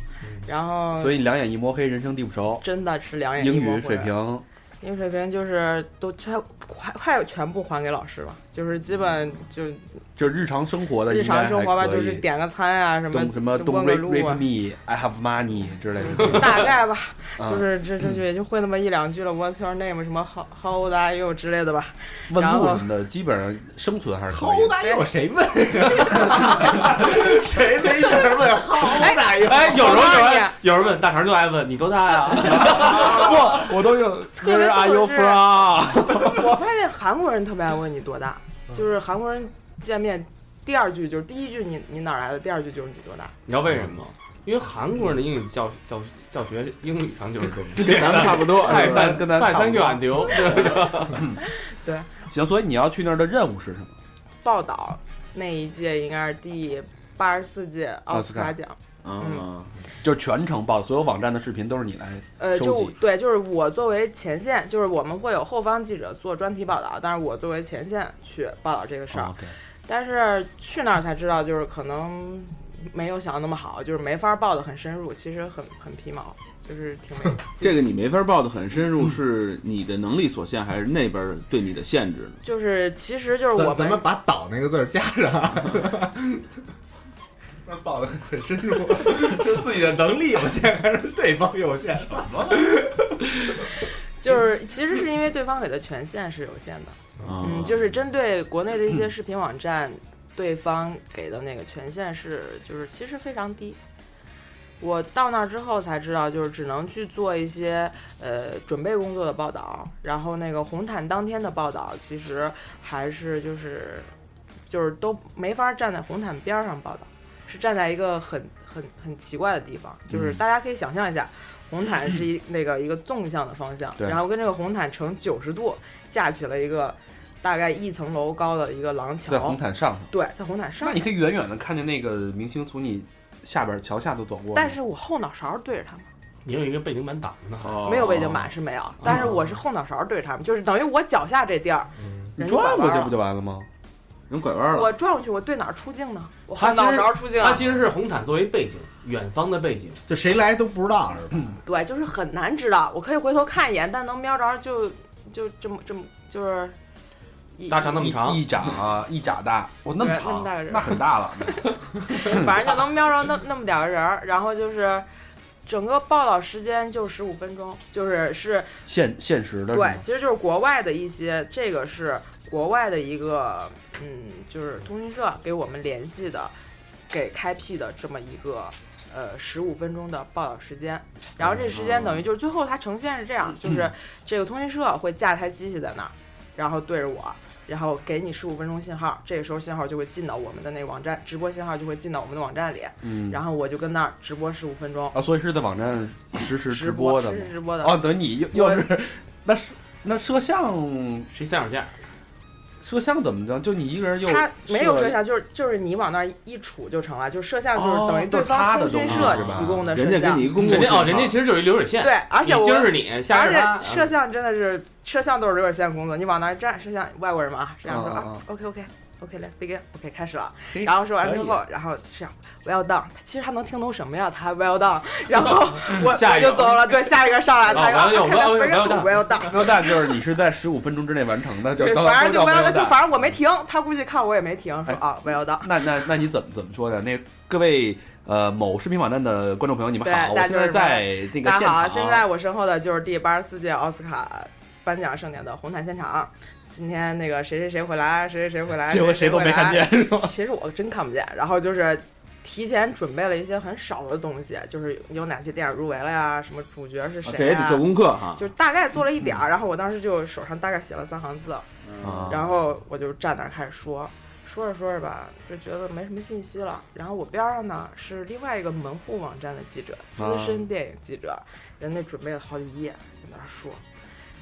Speaker 8: 然后
Speaker 2: 所以两眼一抹黑，人生地不熟，
Speaker 8: 嗯真的是两眼一
Speaker 2: 英
Speaker 8: 抹
Speaker 2: 语
Speaker 8: 灰
Speaker 2: 水平
Speaker 8: 英语水平就是都快快快全部还给老师了，就是基本就
Speaker 2: 就日常生活的应
Speaker 8: 日
Speaker 2: 该
Speaker 8: 常
Speaker 2: 还
Speaker 8: 生活吧，
Speaker 2: 可
Speaker 8: 就是
Speaker 2: 以
Speaker 8: 点个餐啊什么
Speaker 2: 东什么
Speaker 8: 就
Speaker 2: 东
Speaker 8: 问个
Speaker 2: rape
Speaker 8: 路啊
Speaker 2: rape，me，I have money 之 类的，
Speaker 8: 就大概吧，
Speaker 2: 啊
Speaker 8: 就是这这就也就会那么一两句了，What's your name 什么 How How old are you 之类的吧。
Speaker 2: 问
Speaker 8: 然
Speaker 2: 路
Speaker 8: 后
Speaker 2: 什么的，基本上生存还是可
Speaker 4: 好
Speaker 2: 以。
Speaker 4: 歹有哎谁 问啊？谁没事儿 问好歹有？
Speaker 3: 哎，有时候有
Speaker 8: 我告诉
Speaker 3: 人
Speaker 8: 你
Speaker 3: 有人问大肠就爱问你多大呀？
Speaker 5: 不，我都有。
Speaker 8: 特别
Speaker 5: Where are you
Speaker 8: 逗
Speaker 5: from？
Speaker 8: 我发现韩国人特别爱问你多大，
Speaker 2: 嗯
Speaker 8: 就是韩国人见面第二句就是第一句你你哪儿来的，第二句就是你多大。
Speaker 3: 你知道为什么吗？因为韩国人的英语教教教学英语上就是这
Speaker 2: 跟咱们差不 多，
Speaker 3: 快
Speaker 2: 是吧
Speaker 3: 三
Speaker 2: 跟咱
Speaker 3: 快
Speaker 2: 差
Speaker 3: 三
Speaker 2: 不
Speaker 3: 个
Speaker 2: 多。
Speaker 3: 俺 丢，
Speaker 2: 行，所以你要去那儿的任务是什么？
Speaker 8: 报道那一届应该是第八十四届奥斯卡奖，嗯
Speaker 6: 啊，
Speaker 2: 就是全程报，所有网站的视频都是你来
Speaker 8: 呃，
Speaker 2: 收
Speaker 8: 就
Speaker 2: 集。
Speaker 8: 对，就是我作为前线，就是我们会有后方记者做专题报道，但是我作为前线去报道这个事儿。
Speaker 2: 啊 OK，
Speaker 8: 但是去那儿才知道，就是可能没有想的那么好，就是没法报的很深入，其实很很皮毛，就是挺没
Speaker 6: 这个你没法报的很深入，是你的能力所限，还是那边儿对你的限制呢？
Speaker 8: 就是其实就是我
Speaker 4: 咱咱
Speaker 8: 们
Speaker 4: 们把“岛”那个字儿加上 啊，那报的很深入， 就自己的能力有限还是对方有限？
Speaker 8: 就是其实是因为对方给的权限是有限的，
Speaker 6: 啊，
Speaker 8: 嗯，就是针对国内的一些视频网站，对方给的那个权限是就是其实非常低。我到那儿之后才知道，就是只能去做一些呃准备工作的报道，然后那个红毯当天的报道其实还是就是就是都没法站在红毯边儿上报道，是站在一个很很很奇怪的地方，就是大家可以想象一下，红毯是一那个一个纵向的方向，
Speaker 2: 对
Speaker 8: 然后跟这个红毯呈九十度架起了一个大概一层楼高的一个廊
Speaker 2: 在红
Speaker 8: 桥，
Speaker 2: 毯上头，
Speaker 8: 对，在红毯上
Speaker 2: 那你，可以远远的看见那个明星从你下边桥下头走过。
Speaker 8: 但是我后脑勺对着他们。
Speaker 3: 你有一个背景板挡着呢。
Speaker 6: 哦
Speaker 8: 没有背景板是没有，但是我是后脑勺对着他们，就是等于我脚下这地儿，
Speaker 2: 你
Speaker 8: 人
Speaker 2: 转过去不
Speaker 8: 就
Speaker 2: 就完了吗？
Speaker 6: 人拐弯
Speaker 8: 拐弯了？我
Speaker 6: 了，
Speaker 8: 转过去，我对哪儿出镜呢？我
Speaker 3: 他
Speaker 8: 后
Speaker 3: 其实
Speaker 8: 脑勺出镜啊，
Speaker 3: 它其实是红毯作为背景，远方的背景。
Speaker 4: 就谁来都不知道是吧？
Speaker 8: 对，就是很难知道。我可以回头看一眼，但能瞄着就就这么这么就是一
Speaker 3: 大肠那么
Speaker 2: 一
Speaker 3: 长
Speaker 2: 一掌啊，一掌大，我那么
Speaker 8: 对那
Speaker 2: 长
Speaker 8: 么大个，人
Speaker 2: 那很 大了。
Speaker 8: 反正就能瞄着那那么点个人儿，然后就是。整个报道时间就十五分钟，就是是
Speaker 2: 现现实的是吗
Speaker 8: 对，其实就是国外的一些，这个是国外的一个，嗯，就是通讯社给我们联系的，给开辟的这么一个，呃，十五分钟的报道时间。然后这时间
Speaker 2: 嗯
Speaker 8: 等于就是最后它呈现是这 样，就是这个通讯社会架台机器在那儿，然后对着我。然后给你十五分钟信号，这个时候信号就会进到我们的那个网站，直播信号就会进到我们的网站里，
Speaker 2: 嗯，
Speaker 8: 然后我就跟那儿直播十五分钟，
Speaker 2: 啊，所以是在网站实时直
Speaker 8: 播
Speaker 2: 的吗
Speaker 8: 实？时直播的。
Speaker 2: 哦，等于你又又是，那是那摄像
Speaker 3: 谁三脚架？
Speaker 2: 摄像怎么着？就你一个人又
Speaker 8: 他没有摄
Speaker 2: 摄，
Speaker 8: 像，就是就是你往那儿一杵就成了，就摄像就是
Speaker 2: 哦
Speaker 8: 等于对
Speaker 2: 就是他
Speaker 8: 方
Speaker 2: 的
Speaker 8: 通
Speaker 2: 东
Speaker 8: 讯
Speaker 2: 西
Speaker 8: 社
Speaker 2: 是吧
Speaker 8: 提供的摄
Speaker 6: 人
Speaker 8: 像。
Speaker 6: 家给你一公共信
Speaker 3: 人家
Speaker 6: 号，
Speaker 3: 哦，人家其实就是一流水线。
Speaker 8: 对，而且
Speaker 3: 你
Speaker 8: 我
Speaker 3: 今儿是你，下
Speaker 8: 而
Speaker 3: 边是他。嗯
Speaker 8: 且摄像真的是摄像都是流水线工作，你往那儿站，摄像外国人嘛啊，摄像说
Speaker 2: 啊啊
Speaker 8: 啊，OK OK OK，Let's begin，OK 开始了
Speaker 2: 嘿。
Speaker 8: 然后说完
Speaker 2: 可
Speaker 8: 之
Speaker 2: 以
Speaker 8: 后，然后这样 Well done，其实他能听懂什么呀？他 Well done，然后我
Speaker 3: 嗯下
Speaker 8: 我
Speaker 3: 一个
Speaker 8: 就走了，对，下一个上
Speaker 3: 啊
Speaker 8: 来，他
Speaker 3: 完了又 well- well done
Speaker 8: Well done。
Speaker 2: 那大就是你是在十五分钟之内完成的，就
Speaker 8: 对，
Speaker 2: 到
Speaker 8: 反正就
Speaker 2: 到
Speaker 8: well done，
Speaker 2: 到
Speaker 8: 就反正我没停，他估计看我也没停，说
Speaker 2: 哎
Speaker 8: 啊 well done。
Speaker 2: 那那那你怎么怎么说的？那各位呃某视频网站的观众朋友，你们
Speaker 8: 对
Speaker 2: 好，我
Speaker 8: 大
Speaker 2: 现
Speaker 8: 家
Speaker 2: 在
Speaker 8: 就是
Speaker 2: 在那个
Speaker 8: 大
Speaker 2: 现
Speaker 8: 家
Speaker 2: 场，
Speaker 8: 好，
Speaker 2: 啊
Speaker 8: 现在我身后的就是第八十四届奥斯卡颁奖盛典的红毯现场。今天那个谁谁谁回来，谁谁谁回来，
Speaker 2: 结果
Speaker 8: 谁
Speaker 2: 谁都没看见。是
Speaker 8: 回来。
Speaker 2: 吧？
Speaker 8: 其实我真看不见，然后就是提前准备了一些很少的东西，就是有哪些电影入围了呀，什么主角是
Speaker 6: 啊
Speaker 8: 谁、呀
Speaker 6: 这也得做功课哈。
Speaker 8: 就是大概做了一点儿，然后我当时就手上大概写了三行字，
Speaker 6: 啊
Speaker 8: 然后我就站那儿开始说，说着说着吧，就觉得没什么信息了。然后我边儿上呢是另外一个门户网站的记者，资深电影记者，人家准备了好几页在那儿说。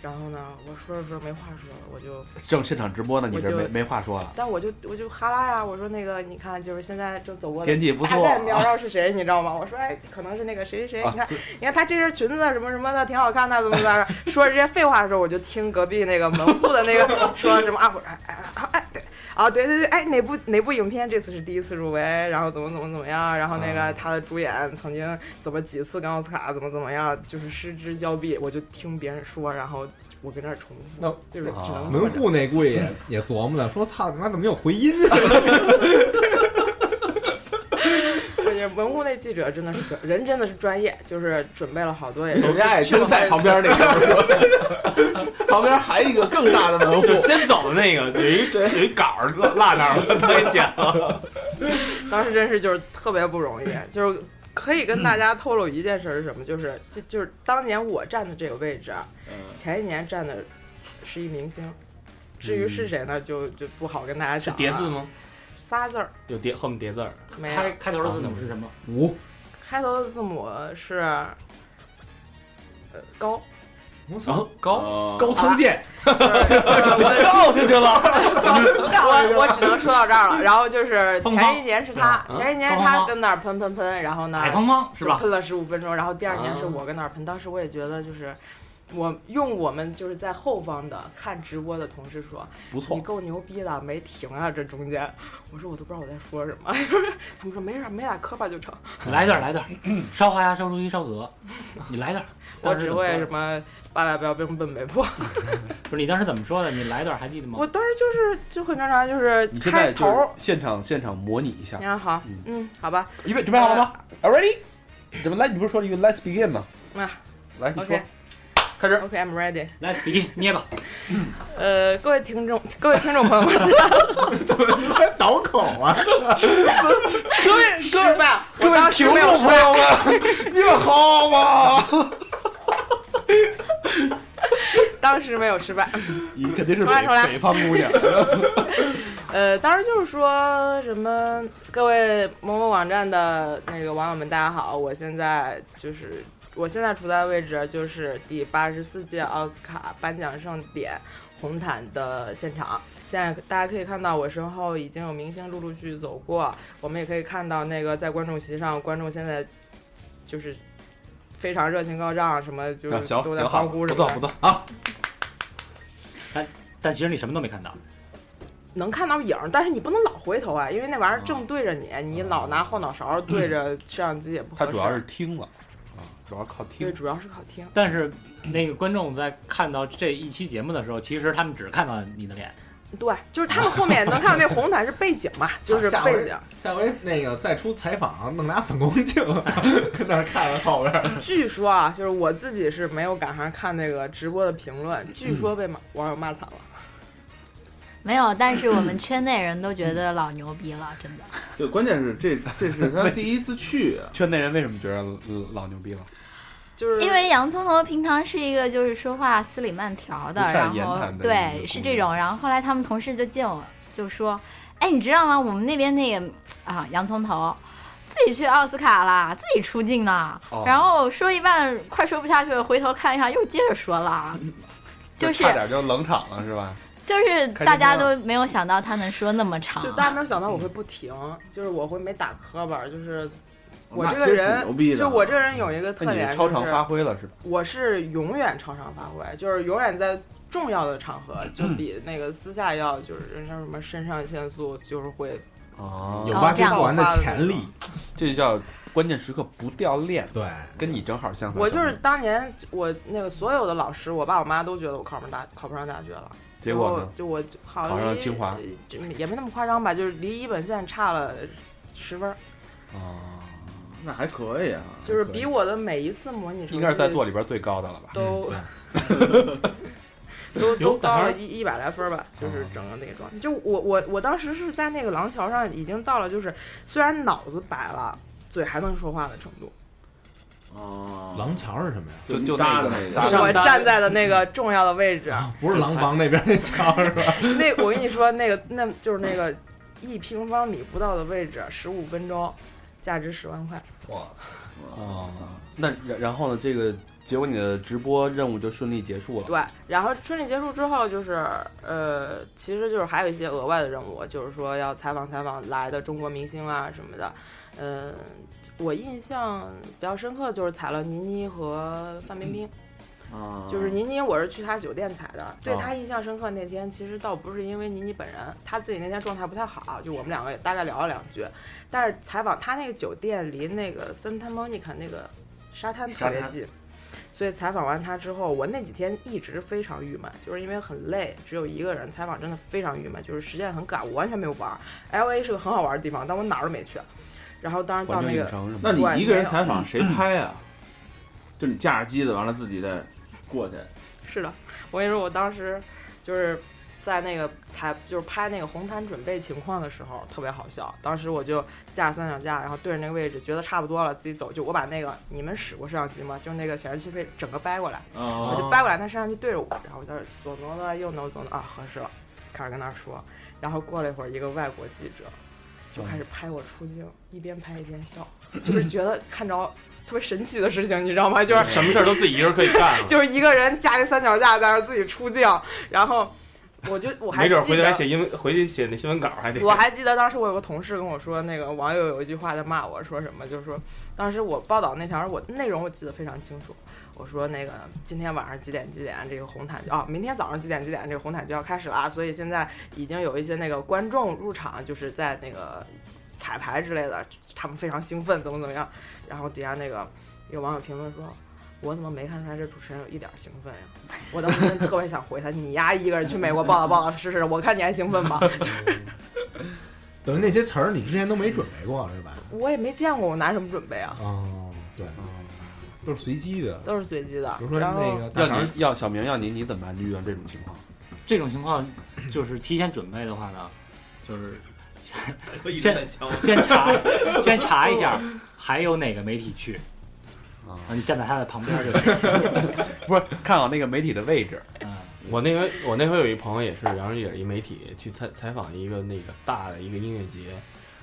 Speaker 8: 然后呢，我说着说着没话说了，我就，
Speaker 2: 正现场直播呢，你这
Speaker 8: 我就
Speaker 2: 没没话说了。
Speaker 8: 但我就我就哈拉呀，我说那个你看，就是现在正走过的
Speaker 2: 天气不
Speaker 8: 大
Speaker 2: 错
Speaker 8: 概瞄着是谁，你知道吗？我说哎，可能是那个谁谁谁，
Speaker 2: 啊
Speaker 8: 你看，你看他这身裙子什么什么的挺好看的，怎么怎么 着。说这些废话的时候，我就听隔壁那个门户的那个说什么啊，我哎哎哎哎对。啊，对对对，哎，哪部哪部影片这次是第一次入围，然后怎么怎么怎么样，然后那
Speaker 2: 啊
Speaker 8: 个他的主演曾经怎么几次跟奥斯卡怎么怎么样，就是失之交臂。我就听别人说，然后我跟那儿重复，
Speaker 4: 那
Speaker 8: 就是只
Speaker 2: 啊
Speaker 8: 能
Speaker 4: 门
Speaker 8: 混着
Speaker 4: 户那估计也也琢磨了，说操你妈怎么有回音啊？
Speaker 8: 关键文物那记者真的是专人真的是专业，就是准备了好多，也是
Speaker 5: 哦
Speaker 6: 人家也真在旁边那个，旁边还一个更大的门户
Speaker 5: 就，先走的那个有一有一杆儿落落那儿了，他给剪 了。
Speaker 8: 当时真是就是特别不容易，就是可以跟大家透露一件事是什么，就是就就是当年我站的这个位置，啊
Speaker 5: 嗯
Speaker 8: 前一年站的是一明星，至于是谁呢，就就不好跟大家
Speaker 5: 嗯是
Speaker 8: 讲了。
Speaker 5: 叠字吗？
Speaker 8: 仨字儿
Speaker 5: 有叠后面叠字儿。
Speaker 8: 没
Speaker 5: 开
Speaker 8: 有，
Speaker 5: 开头的字母是什么？
Speaker 4: 五
Speaker 8: 开头的字母是呃高，
Speaker 4: 我操，
Speaker 5: 高
Speaker 4: 高仓健，
Speaker 8: 就是
Speaker 5: 跳下去了。
Speaker 8: 我我只能说到这儿了。然后就是
Speaker 5: 碰碰
Speaker 8: 前一年是他，
Speaker 5: 嗯
Speaker 8: 前一年是他跟那儿喷喷喷，然后呢
Speaker 5: 海芳哎芳是 吧？
Speaker 8: 喷了十五分钟，然后第二年
Speaker 5: 啊
Speaker 8: 是我跟那儿喷，当时我也觉得就是。我用我们就是在后方的看直播的同事说，
Speaker 6: 不
Speaker 8: 你
Speaker 6: 错，
Speaker 8: 够牛逼的，没停啊，这中间，我说我都不知道我在说什么， 他们说没事儿，没打磕巴就成，
Speaker 5: 来点儿来点儿，烧花鸭、烧猪鸡、烧鹅，你来点儿。
Speaker 8: 我
Speaker 5: 当时
Speaker 8: 只
Speaker 5: 怎么
Speaker 8: 会
Speaker 5: 说
Speaker 8: 什
Speaker 5: 的
Speaker 8: 么八百标兵奔北坡，
Speaker 5: 不是你当时怎么说的？你来点儿还记得吗
Speaker 8: 我？当时就是就很正常，就是
Speaker 2: 你现
Speaker 8: 开
Speaker 2: 在
Speaker 8: 头
Speaker 2: 就
Speaker 8: 儿
Speaker 2: 是，现场现场模拟一下
Speaker 8: 你，看好，嗯，好吧，
Speaker 2: 预备准备好了吗？Are ready？怎么来？你不是说 you let's begin 吗？
Speaker 8: 呃啊
Speaker 2: 来，你说
Speaker 8: OK，
Speaker 2: 开始
Speaker 8: OK，I'm ready。
Speaker 5: 来，比利捏吧。
Speaker 8: 呃，各位听众，各位听众朋友们，
Speaker 4: 倒口啊！
Speaker 8: 各位失败，我当时
Speaker 2: 听
Speaker 8: 没有
Speaker 2: 众
Speaker 8: 说
Speaker 2: 朋友们， 你们好啊吗？
Speaker 8: 当时没有失败。
Speaker 2: 你肯定是
Speaker 8: 重来重来
Speaker 2: 北北方姑娘，
Speaker 8: 呃，当时就是说什么，各位某某网站的那个网友们，大家好，我现在就是我现在处在的位置就是第八十四届奥斯卡颁奖盛典红毯的现场。现在大家可以看到，我身后已经有明星陆陆续续走过，我们也可以看到那个在观众席上，观众现在就是非常热情高涨，什么就是
Speaker 2: 啊行
Speaker 8: 都在
Speaker 2: 挺好
Speaker 8: 欢呼
Speaker 2: 不
Speaker 8: 什
Speaker 2: 错
Speaker 8: 么
Speaker 2: 不
Speaker 8: 的，
Speaker 2: 错，
Speaker 5: 但其实你什么都没看到。
Speaker 8: 能看到影儿，但是你不能老回头啊，因为那玩意儿正对着你，你老拿后脑勺对着摄像机也不合
Speaker 2: 他嗯
Speaker 8: 适。
Speaker 2: 主要是听了啊，主要靠听
Speaker 8: 对，。主要是靠听。
Speaker 5: 但是那个观众在看到这一期节目的时候，其实他们只看到你的脸。
Speaker 8: 对，就是他们后面能看到那红毯是背景 嘛，就是
Speaker 4: 下
Speaker 8: 背
Speaker 4: 回
Speaker 8: 景。
Speaker 4: 下回那个再出采访，弄俩反光镜， 跟那儿看着后边儿。
Speaker 8: 据说啊，就是我自己是没有赶上看那个直播的评论，据说被骂网友骂惨了。
Speaker 7: 没有，但是我们圈内人都觉得老牛逼了，真的。
Speaker 6: 对，关键是这这是他第一次去，啊
Speaker 2: 圈内人为什么觉得呃老牛逼了？
Speaker 8: 就是
Speaker 7: 因为洋葱头平常是一个就是说话丝里慢条的，
Speaker 2: 不善
Speaker 7: 然
Speaker 2: 言
Speaker 7: 后
Speaker 2: 谈的一个
Speaker 7: 对
Speaker 2: 姑
Speaker 7: 是
Speaker 2: 娘
Speaker 7: 这种，然后后来他们同事就见我就说，哎，你知道吗？我们那边那个啊洋葱头。自己去奥斯卡啦，自己出镜呢，
Speaker 2: 哦
Speaker 7: 然后说一半快说不下去了，回头看一下又接着 说了，就是
Speaker 2: 差点就冷场了是吧？
Speaker 7: 就是
Speaker 2: 开
Speaker 7: 大
Speaker 2: 心
Speaker 7: 家
Speaker 2: 多
Speaker 7: 都没有想到他能说那么长
Speaker 8: 就，大家没有想到我会不停，就是我会没打磕巴，就是我
Speaker 6: 那
Speaker 8: 这个
Speaker 6: 其实
Speaker 8: 人
Speaker 6: 挺牛逼的
Speaker 8: 就我这个人有一个特
Speaker 2: 啊那你
Speaker 8: 点，
Speaker 2: 是超常发挥了是吧？
Speaker 8: 我是永远超常发挥，就是永远在重要的场
Speaker 2: 嗯
Speaker 8: 合，就比那个私下要就是人家什么肾上腺素就是会
Speaker 2: 哦
Speaker 4: 有挖掘不完的潜力。
Speaker 2: 这就叫关键时刻不掉链，
Speaker 4: 对，
Speaker 2: 跟你正好相反。
Speaker 8: 我就是当年我那个所有的老师，我爸我妈都觉得我考不上大考不上大学了，
Speaker 2: 结果
Speaker 8: 就
Speaker 2: 呢？
Speaker 8: 我就我考
Speaker 2: 考上
Speaker 8: 离
Speaker 2: 清华，
Speaker 8: 就也没那么夸张吧，就是离一本线差了十分儿，
Speaker 2: 哦，
Speaker 6: 那还可以啊。
Speaker 8: 就是比我的每一次模拟成绩
Speaker 2: 应该是在座里边最高的了吧？
Speaker 8: 都
Speaker 4: 嗯。
Speaker 8: 都都
Speaker 5: 有胆
Speaker 8: 高
Speaker 5: 儿
Speaker 8: 了一一百来分儿吧，就是整个那个状态。就我我我当时是在那个廊桥上，已经到了就是虽然脑子白了，嘴还能说话的程度。
Speaker 6: 哦，
Speaker 4: 廊桥是什么呀？
Speaker 2: 就
Speaker 6: 你
Speaker 2: 就
Speaker 6: 搭
Speaker 2: 那
Speaker 6: 的
Speaker 2: 个
Speaker 6: 那
Speaker 2: 搭
Speaker 8: 就
Speaker 2: 的
Speaker 8: 是我
Speaker 5: 上单
Speaker 8: 站在的那个重要的位置，
Speaker 4: 不是廊坊那边那桥是 吧？
Speaker 8: 那我跟你说，那个那就是那个一平方米不到的位置，十五分钟，价值十万块。
Speaker 2: 哦，那然然后呢？这个结果你的直播任务就顺利结束了。
Speaker 8: 对，然后春丽结束之后，就是呃，其实就是还有一些额外的任务，就是说要采访采访来的中国明星啊什么的。嗯、我印象比较深刻就是采了倪妮和范冰冰。
Speaker 6: 啊
Speaker 8: 就是
Speaker 2: 嗯哦
Speaker 8: 倪妮，我是去她酒店踩的，对她印象深刻。那天其实倒不是因为倪妮本人，她自己那天状态不太好，就我们两个也大概聊了两句。但是采访她那个酒店离那个 Santa Monica 那个沙滩特别
Speaker 4: 沙滩
Speaker 8: 近，所以采访完她之后，我那几天一直非常郁闷，就是因为很累，只有一个人，采访真的非常郁闷，就是时间很赶，我完全没有玩儿。L A 是个很好玩的地方，但我哪儿都没去。然后当时到
Speaker 2: 环球
Speaker 8: 那
Speaker 2: 影
Speaker 8: 个
Speaker 2: 城什么
Speaker 6: 那
Speaker 2: 的，
Speaker 6: 你一个人采访
Speaker 2: 嗯
Speaker 6: 谁拍啊？就你架着机子，完了自己再过去，
Speaker 8: 是的，我跟你说，我当时就是在那个采，就是拍那个红毯准备情况的时候，特别好笑。当时我就架着三脚架，然后对着那个位置，觉得差不多了，自己走。就我把那个你们使过摄像机吗？就是那个显示器被整个掰过来，
Speaker 6: 啊
Speaker 4: 嗯
Speaker 8: 我就掰过来，他摄像机对着我，然后我就是左挪挪右挪左挪啊，合适了，开始跟那儿说。然后过了一会儿，一个外国记者就开始拍我出镜，一边拍一边笑，就是觉得看着特别神奇的事情，你知道吗？就是
Speaker 3: 什么事儿都自己一人可以干了，
Speaker 8: 就是一个人架一三脚架在那儿自己出镜，然后我就我还
Speaker 3: 没
Speaker 8: 记
Speaker 3: 准儿回去还
Speaker 8: 得，
Speaker 3: 写英文，回去写那新闻稿还得。
Speaker 8: 我还记得当时我有个同事跟我说，那个网友有一句话在骂我说什么，就是说当时我报道那条我内容我记得非常清楚，我说那个今天晚上几点几点这个红毯就啊，明天早上几点几点这个红毯就要开始了啊，所以现在已经有一些那个观众入场，就是在那个彩排之类的，他们非常兴奋，怎么怎么样，然后底下那个有网友评论说。我怎么没看出来这主持人有一点兴奋呀、我当时真的特别想回他，你丫一个人去美国报道报道试试，我看你还兴奋吗？
Speaker 4: 等于那些词儿你之前都没准备过是吧？
Speaker 8: 我也没见过，我拿什么准备啊？
Speaker 4: 哦，对，都是随机的。
Speaker 8: 都是随机的。
Speaker 4: 比如说
Speaker 8: 然后
Speaker 4: 那个大
Speaker 2: 要
Speaker 4: 肠
Speaker 2: 你要小明要你，你怎么办？你遇到这种情况，
Speaker 5: 这种情况就是提前准备的话呢，就是
Speaker 6: 我一
Speaker 5: 直在
Speaker 6: 敲。
Speaker 5: 先查先查一下还有哪个媒体去，啊，你站在他的旁边就行。
Speaker 2: 不是看好那个媒体的位置，
Speaker 5: 嗯，
Speaker 3: 我那回我那回有一朋友也是，然后也是一媒体去采采访一个那个大的一个音乐节，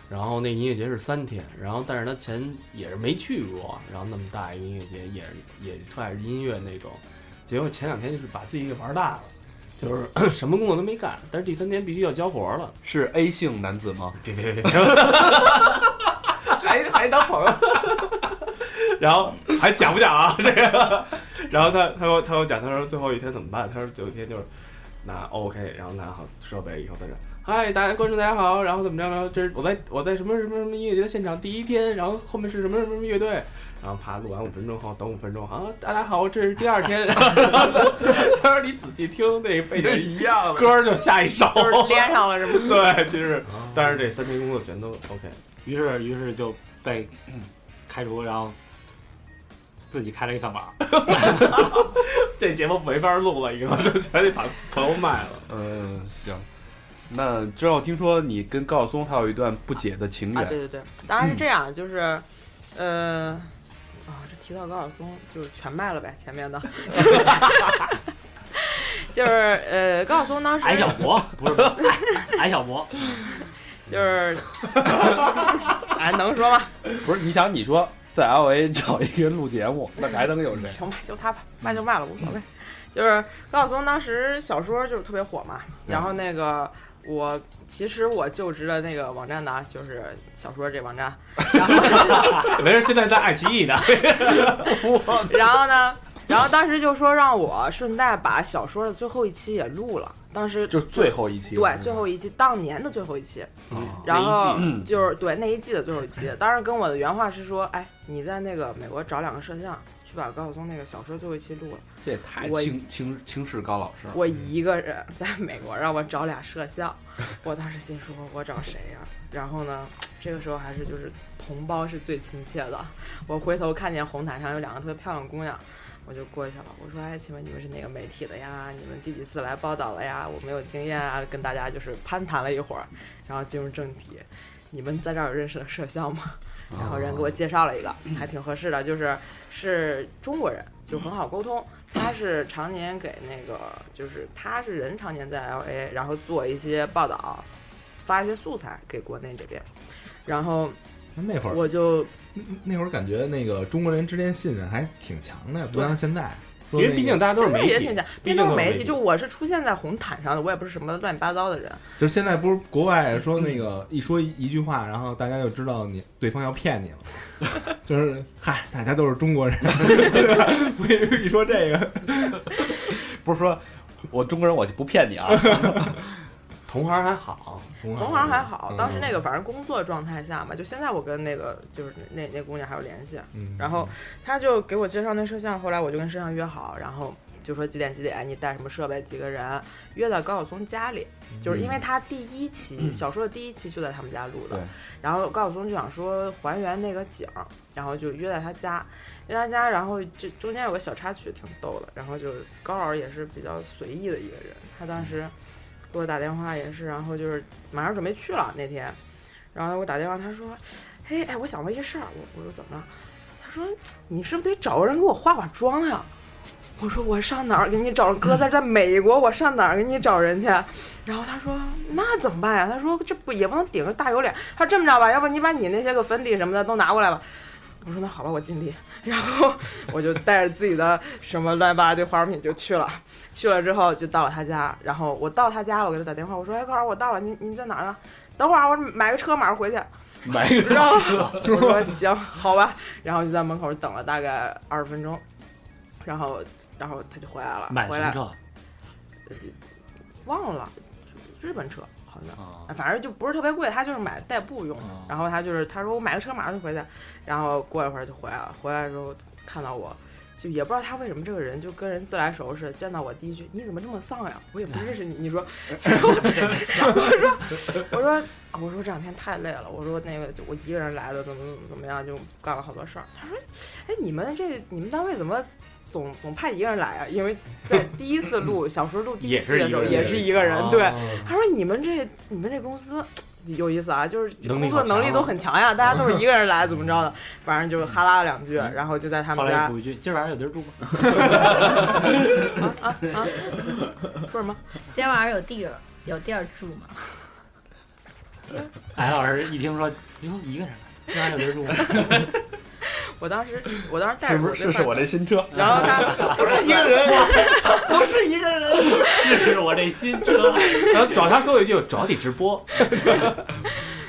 Speaker 3: 然后那音乐节是三天，然后但是他前也是没去过，然后那么大一个音乐节，也是也特爱音乐那种，结果前两天就是把自己给玩大了，就是 什么工作都没干，但是第三天必须要交活了，
Speaker 2: 是 A 姓男子吗？
Speaker 3: 别别别别，
Speaker 8: 还还当朋友，
Speaker 3: 然后还讲不讲啊这个？然后他他给我他给我讲，他说最后一天怎么办？他说最后一天就是拿 OK，然后拿好设备以后在这，嗨，大家观众大家好，然后怎么着呢？这是我在我在什么什么什么音乐节的现场第一天，然后后面是什么什么什么乐队，然后啪录完五分钟后等五分钟啊，大家好，这是第二天。 然后他说你仔细听那背景 一样，歌儿就下一首，
Speaker 8: 就是连上了什么？
Speaker 3: 对，其实但是这三天工作全都 OK。
Speaker 5: 于是于是就被开除，然后自己开了一饭馆。
Speaker 3: 这节目没法录了，以后就全得把朋友卖了。
Speaker 2: 嗯，行。那之后听说你跟高晓松还有一段不解的情
Speaker 8: 啊，
Speaker 2: 缘，
Speaker 8: 对对对，当然是这样，就是，呃，啊，这提到高晓松就是全卖了呗，前面的， 就是呃，高晓松当时
Speaker 5: 矮小博不是不是矮小 博，
Speaker 8: 就是， 哎，能说吗？
Speaker 2: 不是？你想，你说在 L A 找一个人录节 目，那还能有谁？
Speaker 8: 成吧，就他吧，卖
Speaker 2: 嗯
Speaker 8: 就卖了，无所谓。就是高晓松当时小说就是特别火嘛，
Speaker 2: 嗯
Speaker 8: 然后那个我其实我就职的那个网站呢，就是小说这网站，然后
Speaker 3: 没事，现在在爱奇 艺呢。
Speaker 8: 然后呢，然后当时就说让我顺带把小说的最后一期也录了，当时
Speaker 2: 就是最后一期，
Speaker 8: 对最后一期当年的最后一期，
Speaker 2: 啊
Speaker 8: 然后
Speaker 2: 那一季
Speaker 8: 就是对那一季的最后一期，当时跟我的原话是说，哎，你在那个美国找两个摄像去把高晓松那个小说最后一期录了。
Speaker 2: 这也太
Speaker 8: 我
Speaker 2: 轻轻轻视高老师了。
Speaker 8: 我一个人在美国，让我找俩摄像，我当时心说，我找谁呀、然后呢，这个时候还是就是同胞是最亲切的。我回头看见红毯上有两个特别漂亮的姑娘，我就过去了，我说：“哎，请问你们是哪个媒体的呀？你们第几次来报道了呀？我没有经验啊。”跟大家就是攀谈了一会儿，然后进入正题。你们在这儿有认识的摄像吗？然后人给我介绍了一个，还挺合适的，就是是中国人，就很好沟通。他是常年给那个，就是他是人常年在 L A，然后做一些报道，发一些素材给国内这边。然后
Speaker 4: 那会儿
Speaker 8: 我就
Speaker 4: 那会儿感觉那个中国人之间信任还挺强的，不像现在。
Speaker 3: 因为毕竟大家都是
Speaker 8: 现在
Speaker 3: 媒
Speaker 8: 也
Speaker 3: 体
Speaker 8: 挺，讲，
Speaker 3: 毕竟
Speaker 8: 那都
Speaker 3: 都
Speaker 8: 是
Speaker 3: 是
Speaker 8: 媒
Speaker 3: 媒体
Speaker 8: 就我是出现在红毯上的，我也不是什么乱七八糟的人。
Speaker 4: 就是现在不是国外说那个一说一句话，然后大家就知道你对方要骗你了， 就是嗨，大家都是中国 人，对吧？所以一说这个，
Speaker 9: 不是说我中国人我就不骗 你啊，
Speaker 3: 同行还好，
Speaker 4: 同
Speaker 8: 同行还
Speaker 3: 嗯
Speaker 8: 好，当时那个反正工作状态下嘛，就现在我跟那个就是那那姑娘还有联系，啊
Speaker 4: 嗯，
Speaker 8: 然后他就给我介绍那摄像，后来我就跟摄像约好，然后就说几点几点你带什么设备，几个人，约在高晓松家里，就是因为他第一期、小说的第一期就在他们家录的
Speaker 2: 对，
Speaker 8: 然后高晓松就想说哎还原那个景儿，然后就约在他家，约他家，然后这中间有个小插曲挺逗的，然后就高老师也是比较随意的一个人，他当时给我打电话也是，然后就是马上准备去了那天，然后他给我打电话，他说。嘿，哎，我想到一事儿，我我说怎么了？他说你是不是得找个人给我化化妆呀？我说我上哪儿给你找人？哥在在美国，我上哪儿给你找人去？然后他说那怎么办呀？他说这不也不能顶着大油脸。他说这么着吧，要不你把你那些个粉底什么的都拿过来吧。我说那好吧，我尽力。然后 我就带着自己的什么乱七八糟的化妆品就去了。去了之后就到了他家，然后我到他家了，我给他打电话，我说哎，告诉我到了，你你在哪儿呢？等会儿啊我买个车马上回去。
Speaker 9: 买一
Speaker 8: 然后我说行，好吧，然后就在门口等了大概二十分钟，然后然后他就回来了，
Speaker 5: 买
Speaker 8: 回
Speaker 5: 什么
Speaker 8: 来
Speaker 5: 车？
Speaker 8: 忘了日本车好像。
Speaker 5: 啊
Speaker 3: 啊
Speaker 8: 反正就不是特别贵，他就是买代步用的。然后他就是他说我买个车马上就回去，然后过一会儿就回来了。回来的时候看到我，就也不知道他为什么这个人就跟人自来熟似的。见到我第一句你怎么这么丧呀？我也不认识你。你说，我说我说啊我说这两天太累了，我说那个就我一个人来的，怎么怎么怎么样，就干了好多事儿。他说，哎，你们这你们单位怎么？总总派一个人来啊，因为在第一次录小时候录第一
Speaker 3: 也
Speaker 8: 次
Speaker 3: 是
Speaker 8: 的
Speaker 3: 一
Speaker 8: 时
Speaker 3: 个
Speaker 8: 候
Speaker 3: 人，
Speaker 8: 也是一个人，对，
Speaker 3: 哦
Speaker 8: 他说：“你们这你们这公司有意思啊，就是
Speaker 3: 能力
Speaker 8: 工作
Speaker 3: 好强啊
Speaker 8: 能力都很强呀，大 家都是一个人来，怎么着的？反正就哈拉了两句，
Speaker 5: 嗯
Speaker 8: 然后就在他
Speaker 5: 后
Speaker 8: 们
Speaker 5: 来
Speaker 8: 家
Speaker 5: 补一句：“今儿晚上有地儿住吗
Speaker 8: 啊啊啊，说什么？
Speaker 7: 今天晚上有地儿有地儿住吗？？”
Speaker 5: 哎，老师一听说，哟，一个人，今晚上有地儿住吗？
Speaker 8: 我当时我当时带
Speaker 9: 是
Speaker 8: 着
Speaker 9: 不是？
Speaker 8: 这
Speaker 9: 是我这新车，
Speaker 8: 然后他不是一个人，不是一个人，
Speaker 5: 是我这新车。
Speaker 3: 然后找他说一句，找你直播，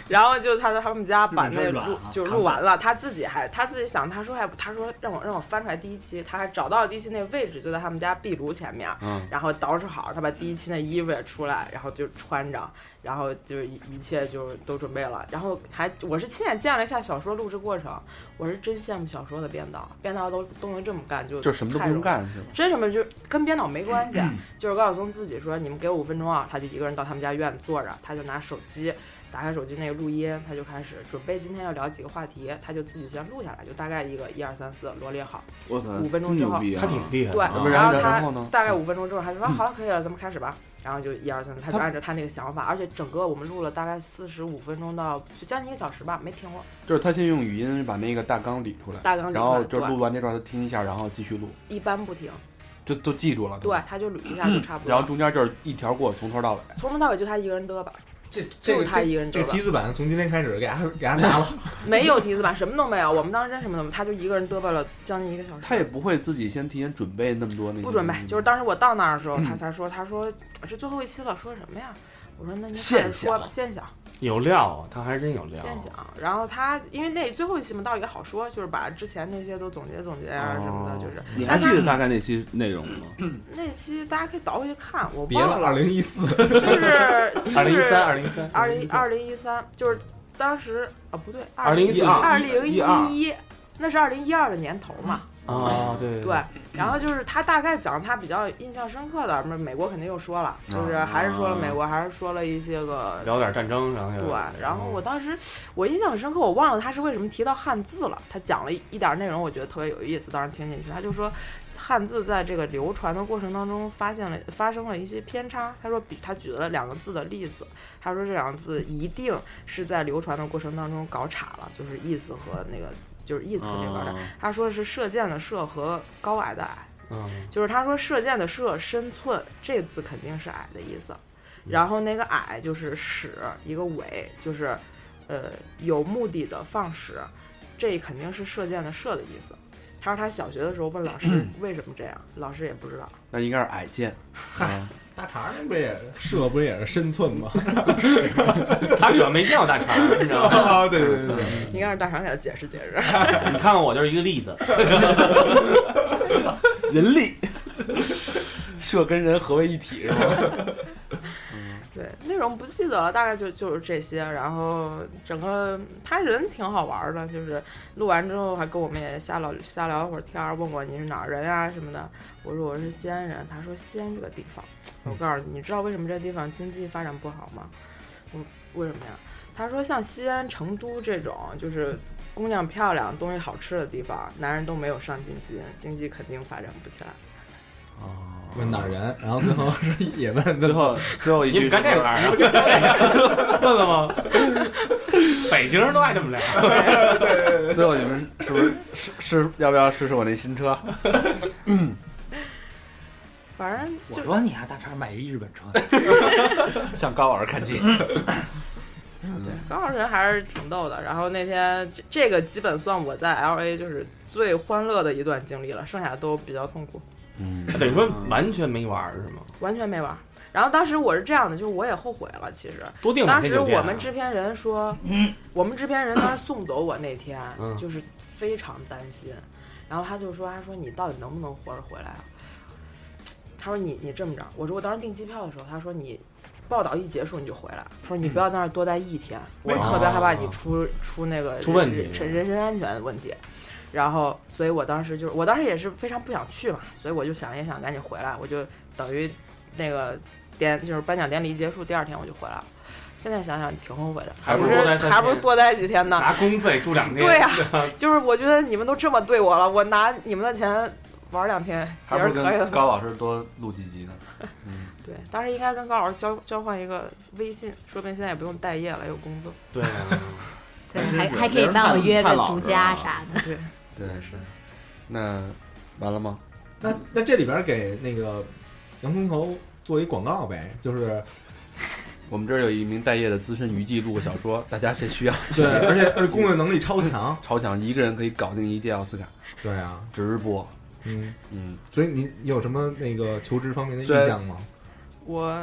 Speaker 8: 然后就他在他们家把
Speaker 5: 日本
Speaker 8: 那
Speaker 5: 真软
Speaker 8: 录
Speaker 5: 啊
Speaker 8: 就
Speaker 5: 看
Speaker 8: 录
Speaker 5: 不
Speaker 8: 完了，他自己还他自己想，他说还他说让我让我翻出来第一期，他还找到了第一期那个位置，就在他们家壁炉前面，
Speaker 2: 嗯，
Speaker 8: 然后捯饬好，他把第一期那衣服也出来，然后就穿着，然后就是一一切就都准备了，然后还我是亲眼见了一下小说录制过程，我是真羡慕小说的编导，编导都都能这么干，就
Speaker 2: 就什么都不用
Speaker 8: 太容易，嗯
Speaker 2: 干是吧？
Speaker 8: 真什么就跟编导没关系，啊就是高晓松自己说你们给我五分钟啊，他就一个人到他们家院子坐着，他就拿手机。打开手机那个录音，他就开始准备今天要聊几个话题，他就自己先录下来，就大概一个一二三四罗列好，
Speaker 6: 我操，
Speaker 8: 五分
Speaker 6: 真
Speaker 8: 钟之
Speaker 6: 牛
Speaker 8: 后
Speaker 6: 逼啊！
Speaker 3: 他挺厉害的。
Speaker 8: 对
Speaker 2: 要不，
Speaker 8: 然
Speaker 2: 然
Speaker 8: 后他
Speaker 2: 然后呢？嗯
Speaker 8: 大概五分钟之后，他就说啊好了，可以了，咱们开始吧。然后就一二三四，他就
Speaker 2: 他
Speaker 8: 按照他那个想法，而且整个我们录了大概四十五分钟到就将近一个小时吧，没停过。
Speaker 2: 就是他先用语音把那个大纲理出来，
Speaker 8: 大纲理
Speaker 2: 然后
Speaker 8: 论
Speaker 2: 就
Speaker 8: 对
Speaker 2: 录完这段他听一下，然后继续录，
Speaker 8: 一般不停，
Speaker 2: 就都记住了。
Speaker 8: 对，他就捋一下就差不
Speaker 2: 嗯
Speaker 8: 多。
Speaker 2: 然后中间就是一条过，从头到尾。
Speaker 8: 从头到尾就他一个人嘚吧，
Speaker 4: 这这
Speaker 8: 就
Speaker 4: 个
Speaker 8: 他
Speaker 4: 这
Speaker 8: 一个人
Speaker 4: 这
Speaker 8: 嘚
Speaker 4: 个
Speaker 8: 吧
Speaker 4: 提，字板从今天开始给他给他拿 了，
Speaker 8: 没有提字板，什么都没有。我们当时真什么都没有，他就一个人嘚吧了将近一个小时。
Speaker 2: 他也嗯不会自己先提前准备那么多那些
Speaker 8: 不准备
Speaker 2: 东，西
Speaker 8: 就是当时我到那儿的时候，
Speaker 2: 嗯
Speaker 8: 他才说，他说这最后一期了，说什么呀？我说那您
Speaker 9: 现
Speaker 8: 快点说
Speaker 9: 想
Speaker 8: 吧，现想。
Speaker 3: 有料，啊他还真有料。啊
Speaker 8: 现想，然后他因为那最后一期嘛，倒也好说，就是把之前那些都总结总结啊什么的，
Speaker 2: 哦
Speaker 8: 就是
Speaker 6: 你还
Speaker 8: 但
Speaker 6: 记
Speaker 8: 他
Speaker 6: 得大概那期内容吗？
Speaker 8: 那期大家可以倒回去看，我
Speaker 4: 别
Speaker 8: 忘
Speaker 4: 了，
Speaker 8: 了，
Speaker 4: 二零一四，
Speaker 8: 就是就是
Speaker 3: 二零一三，二零一三，
Speaker 8: 二零二零一三，就是当时啊不对，
Speaker 3: 2014
Speaker 8: 二零一一，那是二零一二的年头嘛，
Speaker 3: 啊，对
Speaker 8: 对，。然后就是他大概讲他比较印象深刻的，什么美国肯定又说了，就是还是说了美国，还是说了一些个
Speaker 3: 聊点战争，然后又
Speaker 8: 对，然后我当时我印象很深刻，我忘了他是为什么提到汉字了。他讲了一一点儿内容，我觉得特别有意思，当时听进去。他就说，汉字在这个流传的过程当中，发现了发生了一些偏差。他说比他举了两个字的例子，他说这两个字一定是在流传的过程当中搞岔了，就是意思和那个就是意思和这个的。他说是射箭的射和高矮的矮。
Speaker 3: 嗯，
Speaker 8: 就是他说射箭的射深寸这字肯定是矮的意思，然后那个矮就是矢一个尾，就是呃有目的的放矢，这肯定是射箭的射的意思。他说他小学的时候问老师为什么这样，老师也不知道。
Speaker 2: 那应该是矮啊贱，
Speaker 4: 大肠那不也射不也是身寸 吗？
Speaker 3: 他主要没见过大肠，你知道吗？
Speaker 4: 啊，对对对对，
Speaker 8: 应该让大肠给他解释解释。
Speaker 3: 你看看我就是一个例子，
Speaker 2: 人力，社跟人合为一体是吧？
Speaker 8: 对，内容不记得了，大概就就是这些。然后整个他人挺好玩的，就是录完之后还跟我们也瞎聊瞎聊了会儿天儿，问我你是哪儿人啊什么的。我说我是西安人，他说西安这个地方，我告诉你，你知道为什么这地方经济发展不好吗？我说为什么呀？他说像西安、成都这种就是姑娘漂亮、东西好吃的地方，男人都没有上进心，经济肯定发展不起来。
Speaker 4: 问哪儿人，然后最后是也问
Speaker 2: 最后最后一
Speaker 3: 你
Speaker 2: 句
Speaker 3: 们干这玩意儿， 问问吗？北京人都爱这么聊，
Speaker 2: 儿，最后你们是不是是是要不要试试我那新车？
Speaker 8: 反正就
Speaker 5: 我说你啊，大肠买一日本车，
Speaker 2: 向高老师看齐。
Speaker 8: 高老师还是挺逗的。然后那天这这个基本算我在 L A 就是最欢乐的一段经历了，剩下都比较痛苦，
Speaker 2: 嗯，
Speaker 3: 等于说完全没玩儿是吗？
Speaker 8: 完全没玩儿。然后当时我是这样的，就是我也后悔了，其实
Speaker 3: 多订两
Speaker 8: 当
Speaker 3: 天
Speaker 8: 时嗯
Speaker 3: 酒店啊。
Speaker 8: 我们制片人说，我们制片人当时送走我那天，就是非常担心，然后他就说，他说你到底能不能活着回来啊？他说你你这么着，我说我当时订机票的时候，他说你报道一结束你就回来，他说你不要在那儿多待一天，我特
Speaker 3: 哦
Speaker 8: 别害怕你出出那个
Speaker 3: 出问题
Speaker 8: 人人身安全问题。然后，所以我当时就是，我当时也是非常不想去嘛，所以我就想也想赶紧回来，我就等于那个典就是颁奖典礼一结束，第二天我就回来了。现在想想挺后悔的，
Speaker 3: 还不如
Speaker 8: 是
Speaker 3: 多待三
Speaker 8: 还不如
Speaker 3: 天
Speaker 8: 多待几天呢？
Speaker 3: 拿公费住两天，
Speaker 8: 对啊呀、 就是我觉得你们都这么对我了，我拿你们的钱玩两天也
Speaker 2: 还不
Speaker 8: 是
Speaker 2: 如
Speaker 8: 可以
Speaker 2: 跟
Speaker 8: 的。
Speaker 2: 高老师多录几集呢。
Speaker 8: 对，当时应该跟高老师交交换一个微信，说不定现在也不用待业了，有工作。
Speaker 3: 对啊呀，
Speaker 7: 对，
Speaker 6: 但是
Speaker 7: 还
Speaker 6: 有
Speaker 7: 还可以
Speaker 6: 人
Speaker 7: 帮我
Speaker 6: 看
Speaker 7: 约
Speaker 6: 看
Speaker 7: 个
Speaker 6: 老
Speaker 7: 独
Speaker 6: 师
Speaker 7: 家
Speaker 6: 啊
Speaker 7: 啥的。
Speaker 8: 对，
Speaker 2: 对，是。那完了吗？
Speaker 4: 那那这里边给那个洋葱头做一广告呗，就是
Speaker 2: 我们这儿有一名待业的资深娱记录过小说，大家谁需要？
Speaker 4: 对， 而且而且攻略能力超强，
Speaker 2: 超强一个人可以搞定一届奥斯卡
Speaker 4: 对啊，
Speaker 2: 直播。
Speaker 4: 嗯，
Speaker 2: 嗯，
Speaker 4: 所以你你有什么那个求职方面的意
Speaker 2: 虽然
Speaker 4: 向吗？
Speaker 8: 我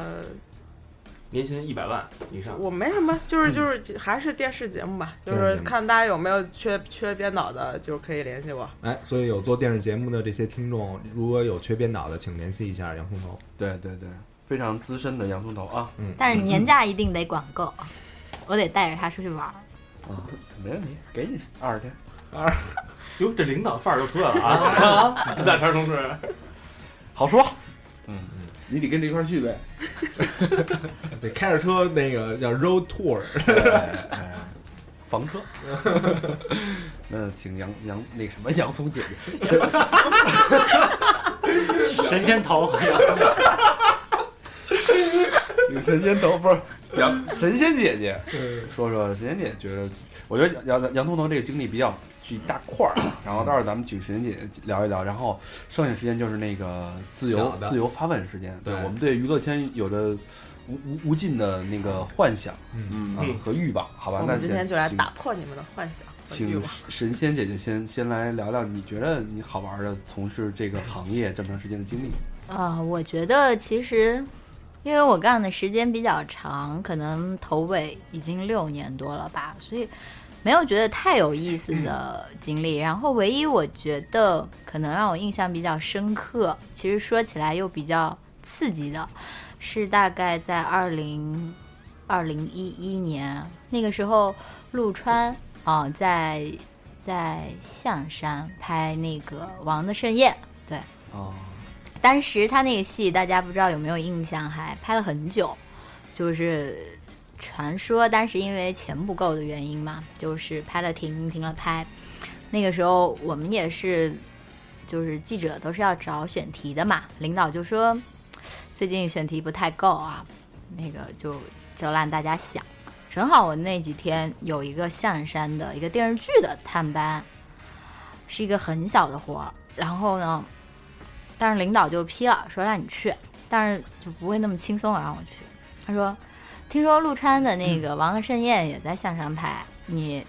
Speaker 3: 年薪一百万以上，
Speaker 8: 我没什么，就是就是还是电视节目吧，就
Speaker 4: 电视
Speaker 8: 是
Speaker 4: 节目
Speaker 8: 看大家有没有缺缺编导的，就是可以联系我。
Speaker 4: 哎，所以有做电视节目的这些听众，如果有缺编导的，请联系一下洋葱头。
Speaker 2: 对对对，非常资深的洋葱头啊
Speaker 7: 但是年假一定得管够，我得带着他出去玩儿。
Speaker 2: 啊，没问题，给你二十天。
Speaker 3: 哟，这领导范儿又出来了啊！大肠同志，
Speaker 2: 好说，
Speaker 6: 你得跟着一块儿去呗。
Speaker 4: 得开着车那个叫 road tour，
Speaker 2: 房车。那请杨杨那个什么洋葱姐姐，
Speaker 5: 神 仙头，
Speaker 2: 请神仙头不是杨神仙姐姐，
Speaker 4: 哎
Speaker 2: 说说神仙姐姐觉得，我觉得杨杨杨彤彤这个经历比较是一大块儿，啊然后到时候咱们请神仙姐姐聊一聊，然后剩下时间就是那个自由
Speaker 4: 小的
Speaker 2: 自由发问时间。对
Speaker 4: 对
Speaker 2: 我们对娱乐圈有着无无无尽的那个幻想
Speaker 6: 嗯
Speaker 2: 啊
Speaker 3: 嗯
Speaker 2: 和欲望，好吧
Speaker 8: 我？
Speaker 2: 那
Speaker 8: 们今天
Speaker 2: 先
Speaker 8: 就来
Speaker 2: 请
Speaker 8: 打破你们的幻想和欲
Speaker 2: 请
Speaker 8: 望。
Speaker 2: 神仙姐姐先先来聊聊，你觉得你好玩的从事这个行业这么长时间的经历？
Speaker 7: 呃，我觉得其实，因为我干的时间比较长，可能头尾已经六年多了吧，所以没有觉得太有意思的经历。然后，唯一我觉得可能让我印象比较深刻，其实说起来又比较刺激的，是大概在二零二零一一年那个时候，陆川啊、在在象山拍那个《王的盛宴》。
Speaker 2: 哦，
Speaker 7: 当时他那个戏，大家不知道有没有印象，还拍了很久，就是传说当时因为钱不够的原因嘛，就是拍了停，停了拍。那个时候我们也是，就是记者都是要找选题的嘛，领导就说最近选题不太够啊，那个就就让大家想。正好我那几天有一个象山的一个电视剧的探班，是一个很小的活儿，然后呢，但是领导就批了，说让你去，但是就不会那么轻松让我去。他说，听说陆川的那个《王的盛宴》也在象山拍，你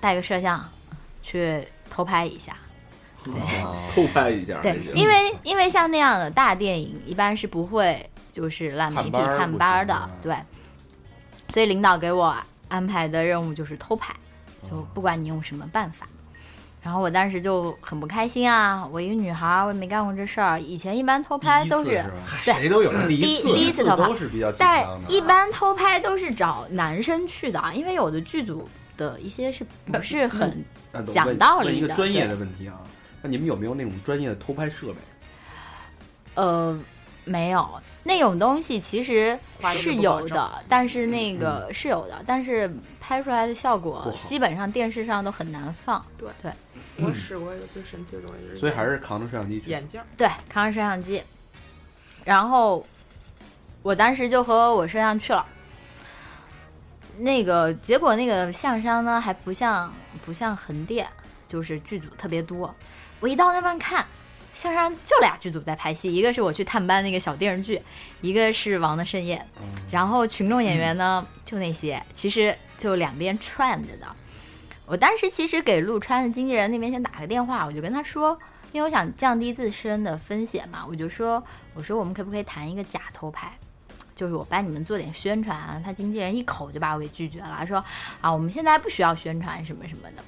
Speaker 7: 带个摄像去偷拍一下。
Speaker 2: 嗯啊哦
Speaker 6: 偷拍一下这
Speaker 7: 对
Speaker 6: 些，，
Speaker 7: 因为因为像那样的大电影一般是不会就是让媒体
Speaker 2: 探班儿
Speaker 7: 探班儿
Speaker 2: 不
Speaker 7: 的
Speaker 2: 行啊，
Speaker 7: 对。所以领导给我安排的任务就是偷拍，就不管你用什么办法。然后我当时就很不开心啊！我一个女孩儿，我也没干过这事儿。以前一般偷拍都
Speaker 2: 是
Speaker 7: 对
Speaker 4: 谁都有这第
Speaker 7: 第
Speaker 4: 一
Speaker 7: 一
Speaker 4: 次，
Speaker 7: 第一次偷拍
Speaker 2: 都，是比较紧
Speaker 7: 但
Speaker 2: 张的。
Speaker 7: 一般偷拍都是找男生去的啊，因为有的剧组的一些是不是很
Speaker 2: 那都
Speaker 7: 讲
Speaker 2: 问
Speaker 7: 道理
Speaker 2: 问一个
Speaker 7: 的
Speaker 2: 专业
Speaker 7: 对
Speaker 2: 的问题啊，那你们有没有那种专业的偷拍设备？
Speaker 7: 呃，没有那种东西，其实
Speaker 8: 花
Speaker 7: 是
Speaker 8: 钱不保
Speaker 7: 有
Speaker 8: 障
Speaker 7: 的，但是那个是有的，但是拍出来的效
Speaker 2: 不
Speaker 7: 果
Speaker 2: 好
Speaker 7: 基本上电视上都很难放。
Speaker 8: 我使过一个最神奇的东西，就是
Speaker 2: 所以还是扛着摄像机去。
Speaker 8: 眼镜儿。
Speaker 7: 对，扛着摄像机，然后我当时就和我摄像去了。那个结果，那个象山呢，还不像不像横店，就是剧组特别多。我一到那边看，象山就俩剧组在拍戏，一个是我去探班那个小电视剧，一个是《王的盛宴》。
Speaker 2: 嗯
Speaker 7: 然后群众演员呢，就那些，其实就两边串着的。我当时其实给陆川的经纪人那边先打个电话，我就跟他说，因为我想降低自身的风险嘛，我就说，我说我们可不可以谈一个假偷拍？就是我帮你们做点宣传啊，他经纪人一口就把我给拒绝了，说啊，我们现在不需要宣传什么什么的。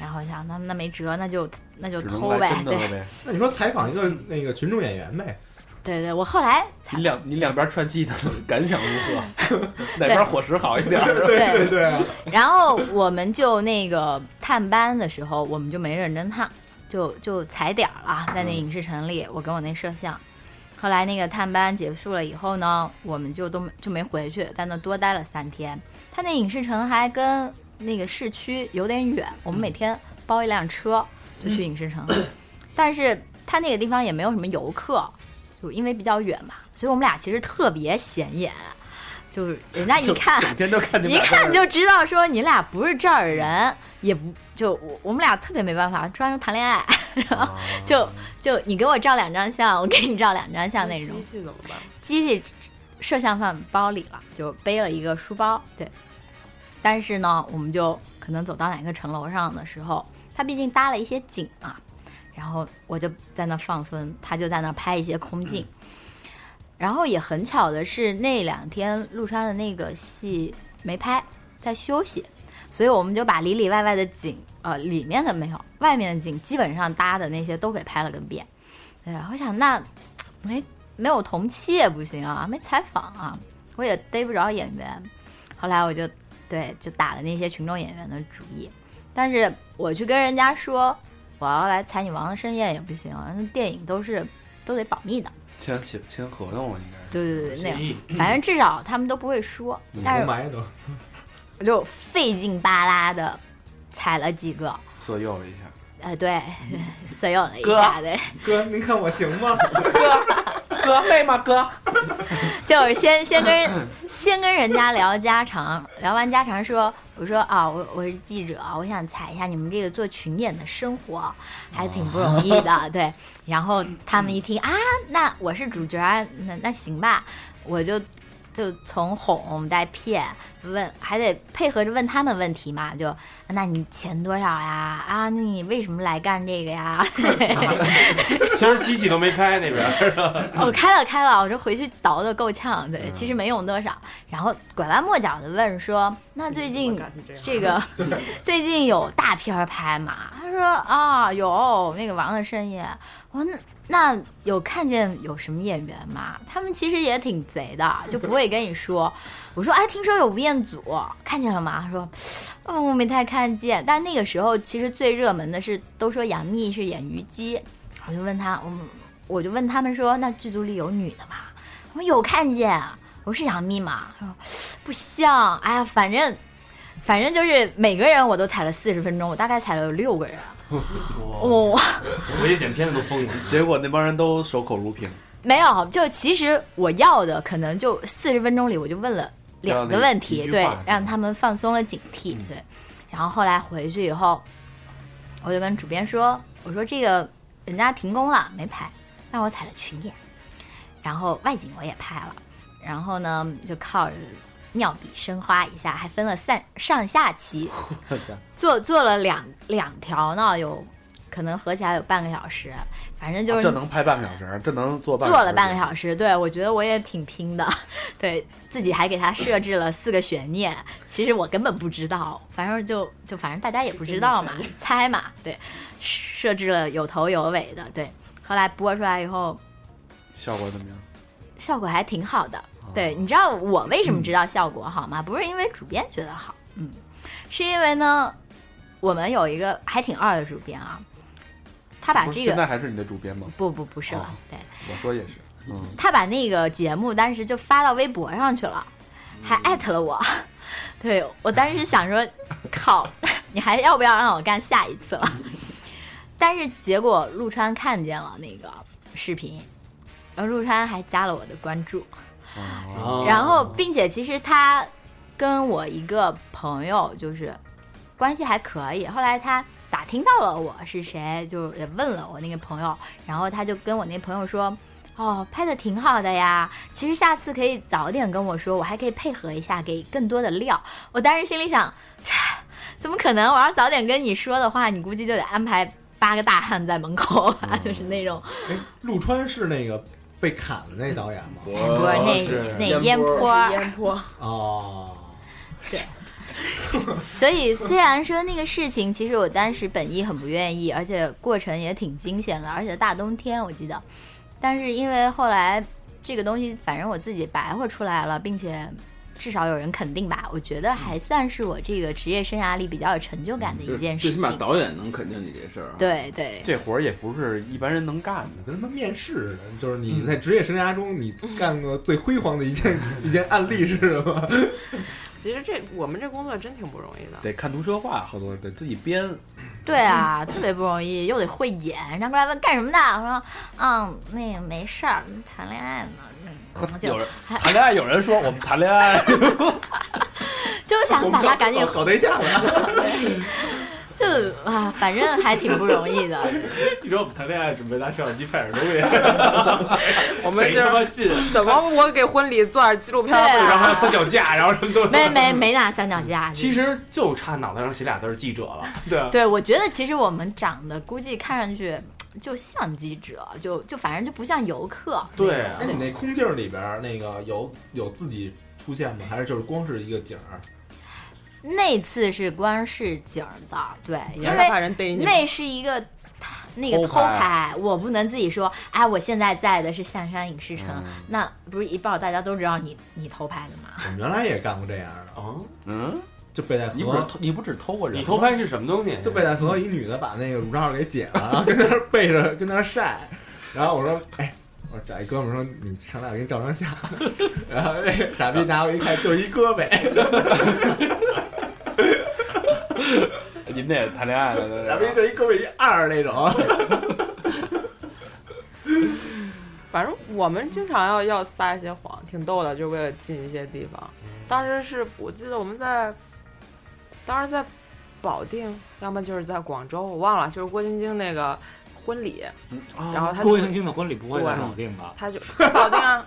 Speaker 7: 然后我想，那那没辙，那就那就
Speaker 2: 只能
Speaker 7: 偷
Speaker 2: 来
Speaker 7: 呗
Speaker 2: 真，的
Speaker 7: 对
Speaker 2: 了呗。
Speaker 4: 那你说采访一个那个群众演员呗，
Speaker 7: 对对。我后来才
Speaker 9: 你两你两边 串戏的感想如 何？哪边伙食好一点？
Speaker 7: 对
Speaker 4: 对对啊，
Speaker 7: 然后我们就那个探班的时候，我们就没认真探，就就踩点儿了，在那影视城里，我跟我那摄像。后来那个探班结束了以后呢，我们就都没就没回去，在那多待了三天。他那影视城还跟那个市区有点远，我们每天包一辆车就去影视城，
Speaker 9: 嗯
Speaker 7: 但是他那个地方也没有什么游客，就因为比较远嘛，所以我们俩其实特别显眼，就是人家一看
Speaker 9: 每天都看你们
Speaker 7: 一
Speaker 9: 俩在那
Speaker 7: 看
Speaker 9: 儿
Speaker 7: 就知道说你俩不是这儿
Speaker 9: 嗯
Speaker 7: 人，也不就我我们俩特别没办法，专门谈恋爱，然
Speaker 9: 哦
Speaker 7: 后就就你给我照两张相，我给你照两张相那种
Speaker 8: 机。器怎么办？
Speaker 7: 机器摄像放包里了，就背了一个书包，对。但是呢，我们就可能走到哪个城楼上的时候，他毕竟搭了一些景啊，然后我就在那放风，他就在那拍一些空镜。然后也很巧的是，那两天陆川的那个戏没拍，在休息，所以我们就把里里外外的景，呃，里面的没有，外面的景基本上搭的那些都给拍了个遍。对啊，我想那没没有同期也不行啊，没采访啊，我也逮不着演员。后来我就对就打了那些群众演员的主意，但是我去跟人家说我要来采你王的盛宴也不行，那电影都是都得保密的。
Speaker 2: 签签签合同了，应该是。
Speaker 7: 对对对，那样
Speaker 5: 议，
Speaker 7: 反正至少他们都不会说。
Speaker 4: 雾
Speaker 7: 但是
Speaker 4: 霾都
Speaker 7: 我就费劲巴拉的采了几个，
Speaker 2: 色诱了一下，
Speaker 7: 呃，对， 色诱了一下，对，
Speaker 4: 哥，您看我行吗？
Speaker 9: 哥累吗？哥，
Speaker 7: 就是先先跟先跟人家聊家常，聊完家常说，我说啊，我我是记者，啊我想采一下你们这个做群演的生活，还挺不容易的，对。然后他们一听啊，那我是主角，啊那那行吧，我就就从哄带骗，问还得配合着问他们问题嘛，就那你钱多少呀？啊，那你为什么来干这个呀？
Speaker 3: 其实机器都没开那边儿，
Speaker 7: 我哦开了开了，我这回去倒的够呛，对，其实没用多少。然后拐弯抹角的问说：“那最
Speaker 8: 嗯我
Speaker 7: 近
Speaker 8: 干成这样
Speaker 7: 这个最近有大片儿拍嘛？”他说：“啊，有那个《王的盛宴》。”我说：“那那有看见有什么演员吗？他们其实也挺贼的，就不会跟你说。”我说：“哎，听说有吴彦祖，看见了吗？”他说：“哦，我没太看见。”但那个时候其实最热门的是都说杨幂是演虞姬，我就问他，我我就问他们说，那剧组里有女的吗？我说有看见，啊我说是杨幂吗？他说不像，哎呀，反正反正就是每个人我都踩了四十分钟，我大概踩了有六个人，我、
Speaker 9: 回去剪片子都疯了。
Speaker 2: 结果那帮人都守口如瓶，
Speaker 7: 没有，就其实我要的可能就四十分钟里我就问了两个问题，
Speaker 2: 这
Speaker 7: 对
Speaker 2: 样的一句话，
Speaker 7: 让他们放松了警惕，
Speaker 2: 嗯
Speaker 7: 对。然后后来回去以后，我就跟主编说：“我说这个人家停工了，没拍，但我采了群演，然后外景我也拍了，然后呢就靠着妙笔生花一下，还 分了三上下期，做做了两两条呢，有可能合起来有半个小时，反正就是
Speaker 2: 哦这能拍半个小时，这能做半
Speaker 7: 做了半个
Speaker 2: 时。
Speaker 7: 小时，对我觉得我也挺拼的，对自己还给他设置了四个悬念，其实我根本不知道，反正就就反正大家也不 知道嘛，猜嘛，对，设置了有头有尾的，对，后来播出来以后
Speaker 2: 效果怎么样？
Speaker 7: 效果还挺好的，
Speaker 2: 哦
Speaker 7: 对，你知道我为
Speaker 2: 嗯
Speaker 7: 什么知道效果好吗？不是因为主编觉得好，嗯，是因为呢，我们有一个还挺二的主编啊，他把
Speaker 2: 不是
Speaker 7: 这
Speaker 2: 现在
Speaker 7: 个
Speaker 2: 还是你的主编吗？
Speaker 7: 不不不是了，
Speaker 2: 哦
Speaker 7: 对。
Speaker 2: 我说也是，嗯，
Speaker 7: 他把那个节目当时就发到微博上去了，还艾特了我。 对我当时想说，靠，你还要不要让我干下一次了？但是结果陆川看见了那个视频，然后陆川还加了我的关注，嗯
Speaker 2: 嗯
Speaker 6: 哦
Speaker 5: 啊嗯
Speaker 7: 然后并且其实他跟我一个朋友就是关系还可以，后来他。打听到了我是谁，就也问了我那个朋友，然后他就跟我那朋友说，哦，拍的挺好的呀。其实下次可以早点跟我说，我还可以配合一下，给更多的料。我当时心里想，切，怎么可能？我要早点跟你说的话，你估计就得安排八个大汉在门口吧，就是那种
Speaker 4: 哎，陆川是那个被砍了那导演吗？
Speaker 2: 呃
Speaker 7: 不是
Speaker 6: 哦
Speaker 7: 那那烟波儿。
Speaker 8: 烟波，
Speaker 4: 哦，
Speaker 7: 所以虽然说那个事情，其实我当时本意很不愿意，而且过程也挺惊险的，而且大冬天我记得，但是因为后来这个东西，反正我自己白活出来了，并且至少有人肯定吧，我觉得还算是我这个职业生涯里比较有成就感的一件事
Speaker 6: 最起码
Speaker 7: 情。
Speaker 6: 导演能肯定你这事儿。，啊
Speaker 7: 对对，
Speaker 2: 这活儿也不是一般人能干的。
Speaker 4: 跟他妈面试似的，就是你在职业生涯中你干过最辉煌的一件
Speaker 7: 嗯
Speaker 4: 一件案例是什么？
Speaker 8: 其实这我们这工作真挺不容易的。
Speaker 2: 得看图说话，好多得自己编。
Speaker 7: 对
Speaker 9: 嗯
Speaker 7: 啊，特别不容易，又得会演。然后过来问干什么的，我说，嗯，那个没事儿，谈恋爱呢。嗯，就
Speaker 9: 有人谈恋爱，有人说我们谈恋爱，
Speaker 7: 就想把他赶紧
Speaker 4: 好对象了，
Speaker 7: 就啊，反正还挺不容易的。
Speaker 3: 你说我们谈恋爱准备拿摄像机拍点东西，
Speaker 8: 我们
Speaker 3: 谁
Speaker 8: 这
Speaker 3: 他
Speaker 8: 儿
Speaker 3: 妈信？
Speaker 8: 怎么我给婚礼做点纪录片儿？
Speaker 7: 对
Speaker 3: 然后
Speaker 7: 啊
Speaker 3: 还有三脚架，然后什么都
Speaker 7: 没没没拿三脚 架。
Speaker 3: 其实就差脑袋上写俩字儿记者了。对，
Speaker 7: 对，我觉得其实我们长得估计看上去就像记者，就就反正就不像游客。
Speaker 3: 对啊
Speaker 4: 哎，你那空镜儿里边儿那个有有自己出现吗？还是就是光是一个景儿？
Speaker 7: 那次是光是景儿的，对，
Speaker 8: 你
Speaker 7: 因
Speaker 8: 还是
Speaker 7: 为
Speaker 8: 怕人逮你吗？
Speaker 7: 那是一个。那个偷
Speaker 2: 偷拍
Speaker 7: 拍，我不能自己说，哎，我现在在的是象山影视城，
Speaker 2: 嗯
Speaker 7: 那不是一报大家都知道你你偷拍的吗？
Speaker 4: 我们原来也干过这样的，
Speaker 3: 哦，
Speaker 2: 嗯，
Speaker 4: 就北戴
Speaker 2: 你不是
Speaker 4: 河，
Speaker 2: 偷你不只偷过人，
Speaker 3: 你偷拍是什么东西？
Speaker 4: 就北戴河一女的把那个乳罩给解了，然后跟那儿背着跟那儿晒，然后我说，哎。我说找一哥们儿说你上来我给你照张相， 然后那个傻逼拿过一看就一胳膊，
Speaker 9: 你们也谈恋爱了，
Speaker 4: 傻逼 就一胳膊一二那种，
Speaker 8: 反正我们经常要要撒一些谎，挺逗的，就是为了进一些地方。当时是我记得我们在，当时在保定，要么就是在广州，我忘了，就是郭晶晶那个婚礼，
Speaker 2: 哦嗯
Speaker 8: 然后他
Speaker 5: 郭
Speaker 8: 就
Speaker 5: 晶晶的婚礼不会啊在保定吧？
Speaker 8: 他就保定啊，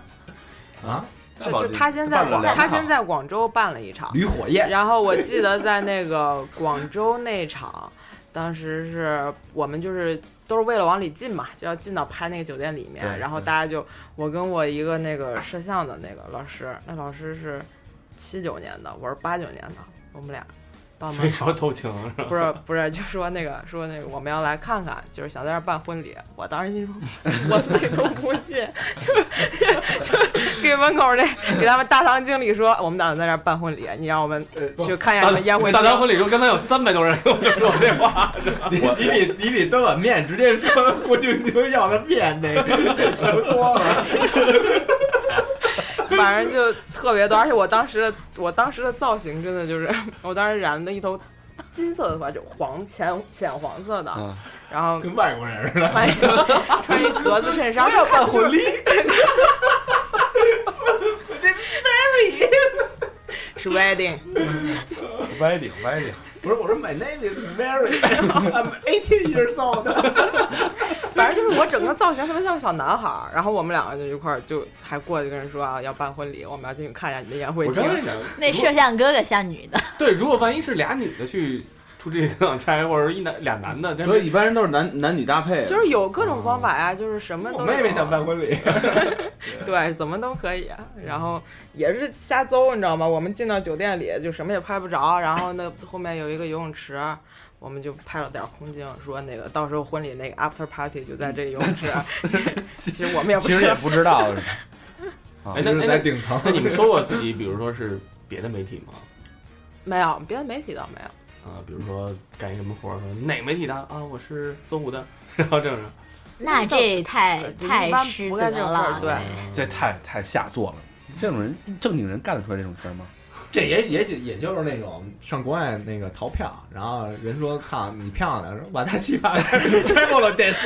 Speaker 4: 啊，
Speaker 8: 就就他先在广他先在广州办了一场，
Speaker 4: 吕火焰，
Speaker 8: 然后我记得在那个广州那场，当时是我们就是都是为了往里进嘛，就要进到拍那个酒店里面，
Speaker 2: 对
Speaker 8: 然后大家就我跟我一个那个摄像的那个老师，那老师是七九年的，我是八九年的，我们俩到
Speaker 3: 谁
Speaker 8: 门口
Speaker 3: 说偷情是 吧？
Speaker 8: 不是不是，就说那个说那个我们要来看看，就是想在这儿办婚礼。我当时心说，我自己都不信，就是就是给门口那给他们大堂经理说，我们打算在这儿办婚礼，你让我们去看一下
Speaker 3: 大
Speaker 8: 你们宴会
Speaker 3: 大堂
Speaker 8: 厅。
Speaker 3: 婚礼时候，刚才有三百多人跟我说这话，
Speaker 4: 你你比你比端碗面直接说郭晶晶要的面那个 强多了。
Speaker 8: 反正就特别多，而且我当时的我当时的造型真的就是，我当时染的一头金色的头发，就黄浅浅黄色的，
Speaker 3: 啊
Speaker 2: 嗯
Speaker 8: 然后
Speaker 4: 跟外国人似 的，
Speaker 8: 穿一个穿一格子衬衫，要办婚礼。是 wedding，
Speaker 2: 歪顶歪顶，
Speaker 4: 不是我说 My name is Mary, I'm eighteen years old。
Speaker 8: 反正就是我整个造型特别像个小男孩儿，然后我们两个就一块儿就还过去跟人说啊要办婚礼，我们要进去看一下你的宴会
Speaker 3: 我
Speaker 8: 厅
Speaker 3: 刚。才讲
Speaker 7: 那摄像哥哥像女的，
Speaker 3: 对，如果万一是俩女的去。出去 两拆，或者一男俩男的，
Speaker 6: 所以一般人都是男男女搭配，啊
Speaker 8: 就是有各种方法呀，就是什么都
Speaker 4: 我妹妹
Speaker 8: 有
Speaker 4: 想办婚礼，
Speaker 8: 对，怎么都可以。啊然后也是瞎诌，你知道吗？我们进到酒店里就什么也拍不着，然后那后面有一个游泳池。我们就拍了点空镜，说那个到时候婚礼那个 after party 就在这个游泳池。 其实我们也不
Speaker 2: 其
Speaker 8: 知
Speaker 2: 实也
Speaker 8: 道，
Speaker 2: 不知道，
Speaker 3: 哎，
Speaker 4: 就
Speaker 3: 那
Speaker 4: 是
Speaker 3: 那
Speaker 4: 在
Speaker 3: 那
Speaker 4: 顶层。
Speaker 3: 那你们说过自己，比如说是别的媒体吗？
Speaker 8: 没有别的媒体倒没有。
Speaker 3: 啊，比如说干一什么活儿，说哪媒体的啊？我是搜狐的， 然后这种人，
Speaker 7: 那这太
Speaker 8: 对
Speaker 7: 哎太
Speaker 8: 一般
Speaker 7: 失
Speaker 8: 不
Speaker 7: 德
Speaker 8: 干这种事儿
Speaker 7: 了，
Speaker 8: 对
Speaker 2: 这太太下作了。这种人，正经人干得出来这种事儿吗？
Speaker 4: 这也也也就是那种上国外那个逃票，然后人说操你漂亮，说瓦达西巴 travel this，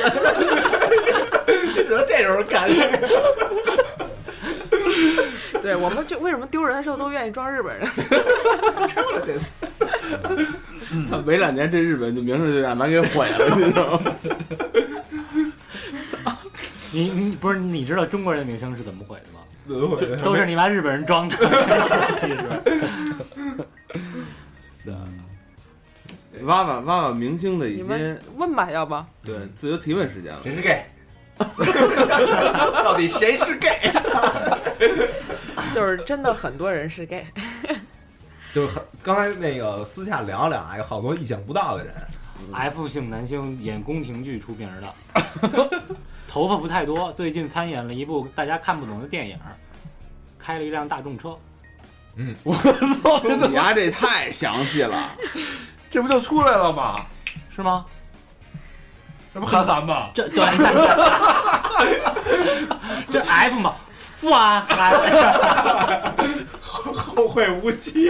Speaker 4: 你说这种感觉，
Speaker 8: 对，我们就为什么丢人的时候都愿意装日本人？
Speaker 6: 操 没嗯两年这日本就名声就让咱给毁了，你知道吗？
Speaker 5: 你你不是你知道中国人的名声是怎么毁的吗？
Speaker 4: 对
Speaker 5: 都是你妈日本人装的，
Speaker 6: 挖挖挖挖明星的一
Speaker 8: 你
Speaker 6: 些
Speaker 8: 们问吧，要不
Speaker 6: 对自由提问时间 了。
Speaker 4: 谁是 gay？到底谁是 gay？
Speaker 8: 就是真的很多人是 gay，
Speaker 4: 就是很刚才那个私下聊聊啊，有好多意想不到的人，
Speaker 5: F 姓男星演宫廷剧出名的，头发不太多，最近参演了一部大家看不懂的电影，开了一辆大众车。哦
Speaker 6: 你丫、这太详细了，
Speaker 2: 这不就出来了吗？
Speaker 5: 是吗？
Speaker 2: 这不韩寒吗？
Speaker 5: 这对， 这 F 嘛，哇，
Speaker 4: 后会无期。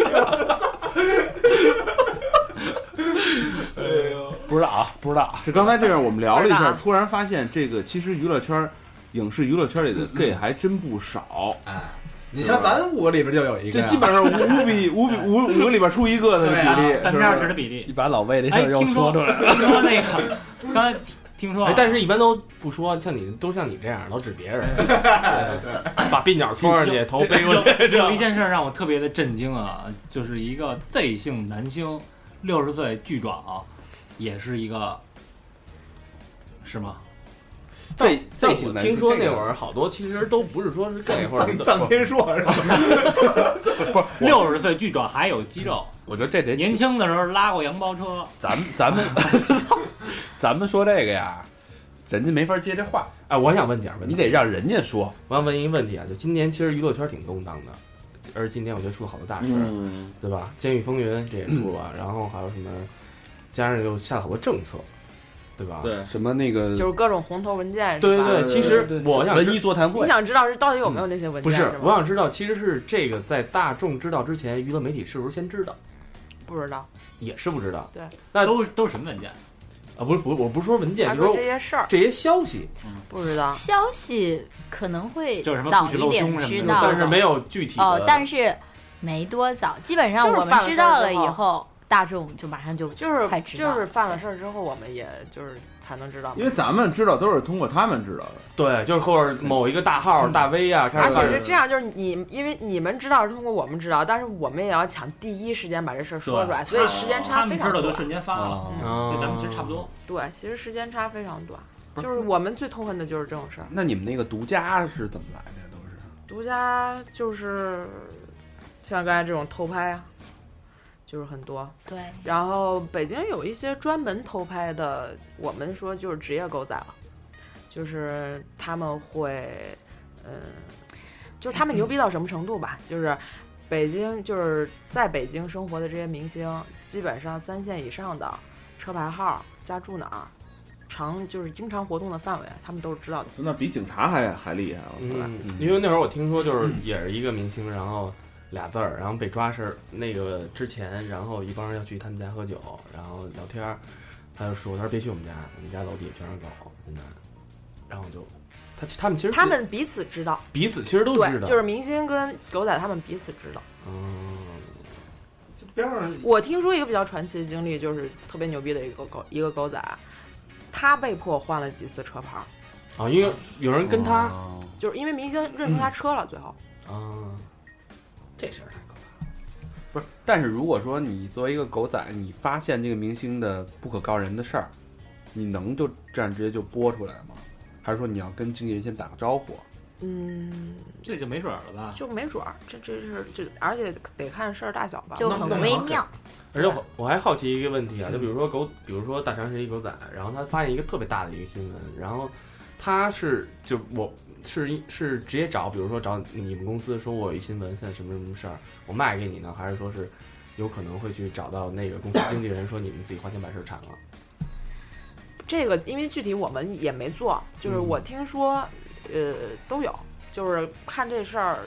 Speaker 2: 不知道啊，不知道 啊。
Speaker 6: 是刚才这样我们聊了一
Speaker 8: 不知
Speaker 6: 下
Speaker 8: 道，啊
Speaker 6: 突然发现这个其实娱乐圈儿、影视娱乐圈里
Speaker 5: 嗯
Speaker 6: 的 gay 还真不少，
Speaker 4: 哎，你像咱五个里边就有一个
Speaker 6: 这
Speaker 5: 啊
Speaker 4: 呀，
Speaker 6: 基本上五比五比五五个里边出一个的
Speaker 4: 对
Speaker 6: 比
Speaker 4: 啊
Speaker 6: 例，
Speaker 5: 百分之二十的比例。
Speaker 9: 你把老魏这
Speaker 5: 哎，
Speaker 9: 事儿又
Speaker 5: 听说
Speaker 9: 说出来，
Speaker 5: 听说那个，刚才听说啊
Speaker 3: 哎，，但是一般都不说，像你都像你这样，老指别 人，把鬓角搓上去，头飞过去，
Speaker 5: 有有一件事让我特别的震惊啊，就是一个 Z 姓男星，六十岁巨壮啊，也是一个，是吗？
Speaker 6: 这这
Speaker 5: 哎
Speaker 3: 但
Speaker 6: 些
Speaker 3: 我
Speaker 6: 男
Speaker 3: 听说
Speaker 6: 这
Speaker 3: 那
Speaker 6: 个
Speaker 3: 会儿好多其实都不是说是 gay 或者
Speaker 4: 藏 藏天硕是吧？
Speaker 5: 六十岁巨壮还有肌肉，
Speaker 2: 我觉得这得
Speaker 5: 年轻的时候拉过洋包车，
Speaker 2: 咱们咱们 咱们说这个呀，人家没法接这话，
Speaker 3: 哎，我想问点问
Speaker 2: 你
Speaker 3: 题，
Speaker 2: 得让人家说。
Speaker 3: 我想问一个问题啊，就今年其实娱乐圈挺动荡的，而今年我觉得出了好多大事，
Speaker 6: 嗯，
Speaker 3: 对吧？监狱风云这也出了，然后还有什么，加上又下了好多政策，对吧？
Speaker 6: 对，
Speaker 2: 什么那个
Speaker 8: 就是各种红头文件。
Speaker 3: 对
Speaker 8: 是吧
Speaker 3: 对对，其实我想知
Speaker 2: 文艺座谈
Speaker 8: 你
Speaker 2: 会，
Speaker 8: 想知道是到底有没有那些文件？
Speaker 3: 不是
Speaker 8: 是，
Speaker 3: 我
Speaker 8: 吗
Speaker 3: 想知道，其实是这个在大众知道之前，娱乐媒体是不是先知道，
Speaker 8: 不知道。
Speaker 3: 也是不知道那
Speaker 5: 都是都是什么文件？
Speaker 3: 啊？不是，不是，我不是说文件，
Speaker 8: 他
Speaker 3: 就是
Speaker 8: 说这
Speaker 3: 说
Speaker 8: 些事儿
Speaker 3: 这些消息，
Speaker 8: 不知道，
Speaker 7: 消息可能会
Speaker 5: 就是什么
Speaker 7: 早
Speaker 5: 不许
Speaker 7: 一
Speaker 5: 露
Speaker 7: 点
Speaker 5: 胸什么
Speaker 7: 知
Speaker 5: 的
Speaker 8: 哦
Speaker 7: 道，
Speaker 3: 但是没有具体的。
Speaker 7: 哦，但是没多早，基本上
Speaker 8: 就是
Speaker 7: 我们
Speaker 8: 犯了
Speaker 7: 知
Speaker 8: 事儿
Speaker 7: 道
Speaker 8: 之
Speaker 7: 了以
Speaker 8: 后
Speaker 7: 后，大众就马上就
Speaker 8: 就是
Speaker 7: 快知道
Speaker 8: 就是犯了
Speaker 7: 对
Speaker 8: 事儿之后，我们也就是才能知道嘛
Speaker 6: 因。为咱们知道都是通过他们知道的，
Speaker 3: 对，就是或者某一个大号、大 V 啊，开
Speaker 8: 嗯而
Speaker 3: 始
Speaker 8: 且是这样，就是你，因为你们知道是通过我们知道，但是我们也要抢第一时间把这事儿说出来，所以时间
Speaker 5: 他
Speaker 8: 差
Speaker 5: 们
Speaker 8: 非
Speaker 5: 知
Speaker 8: 常
Speaker 5: 道就
Speaker 8: 短。
Speaker 5: 瞬间发了，
Speaker 3: 啊
Speaker 5: 所以咱们其实差不多。
Speaker 8: 对，其实时间差非常短，就是我们最痛恨的就是这种事儿。
Speaker 2: 那你们那个独家是怎么来的？都是
Speaker 8: 独家就是像刚才这种偷拍啊，就是很多。
Speaker 7: 对，
Speaker 8: 然后北京有一些专门偷拍的，我们说就是职业狗仔了，就是他们会，嗯，就是他们牛逼到什么程度吧，就是。北京就是在北京生活的这些明星，基本上三线以上的车牌号、家住哪儿、常就是经常活动的范围，他们都是知道的。
Speaker 6: 那比警察还还厉害，啊我操！
Speaker 3: 嗯，因为那会儿我听说
Speaker 5: 嗯
Speaker 3: 就是也是一个明星，然后俩字儿，然后被抓是那个之前，然后一帮人要去他们家喝酒，然后聊天儿，他就说他说别去我们家，我们家楼底下全是狗，真的。然后我就他他们其实
Speaker 8: 他们彼此知道，
Speaker 3: 彼此其实都知
Speaker 8: 对，
Speaker 3: 道，
Speaker 8: 就是明星跟狗仔他们彼此知道。
Speaker 3: 嗯，
Speaker 4: 这边上
Speaker 8: 我听说一个比较传奇的经历，就是特别牛逼的一个狗一个狗仔，他被迫换了几次车牌儿，
Speaker 3: 啊，因为有人跟他
Speaker 2: 哦
Speaker 5: 嗯
Speaker 8: 就是因为明星认出他车了，最后
Speaker 3: 啊，这事儿太可怕了。
Speaker 2: 不
Speaker 5: 不
Speaker 2: 是，但是如果说你作为一个狗仔，你发现这个明星的不可告人的事儿，你能就这样直接就播出来吗？还是说你要跟经纪人先打个招呼？
Speaker 8: 嗯，
Speaker 5: 这就没准儿了吧？
Speaker 8: 就没准儿，这这是这，而且得看事儿大小吧。
Speaker 7: 就
Speaker 3: 那
Speaker 7: 很
Speaker 3: 那
Speaker 7: 微
Speaker 3: 好
Speaker 7: 妙。
Speaker 3: 而且我我还好奇一个问题啊，就比如说狗，比如说大肠是一狗仔，然后他发现一个特别大的一个新闻，然后他是就我是一是直接找，比如说找你们公司说我有一新闻，现在什么什么事儿，我卖给你呢，还是说是有可能会去找到那个公司经纪人说你们自己花钱把事儿啊铲了？
Speaker 8: 这个因为具体我们也没做，就是我听说，呃，都有，就是看这事儿，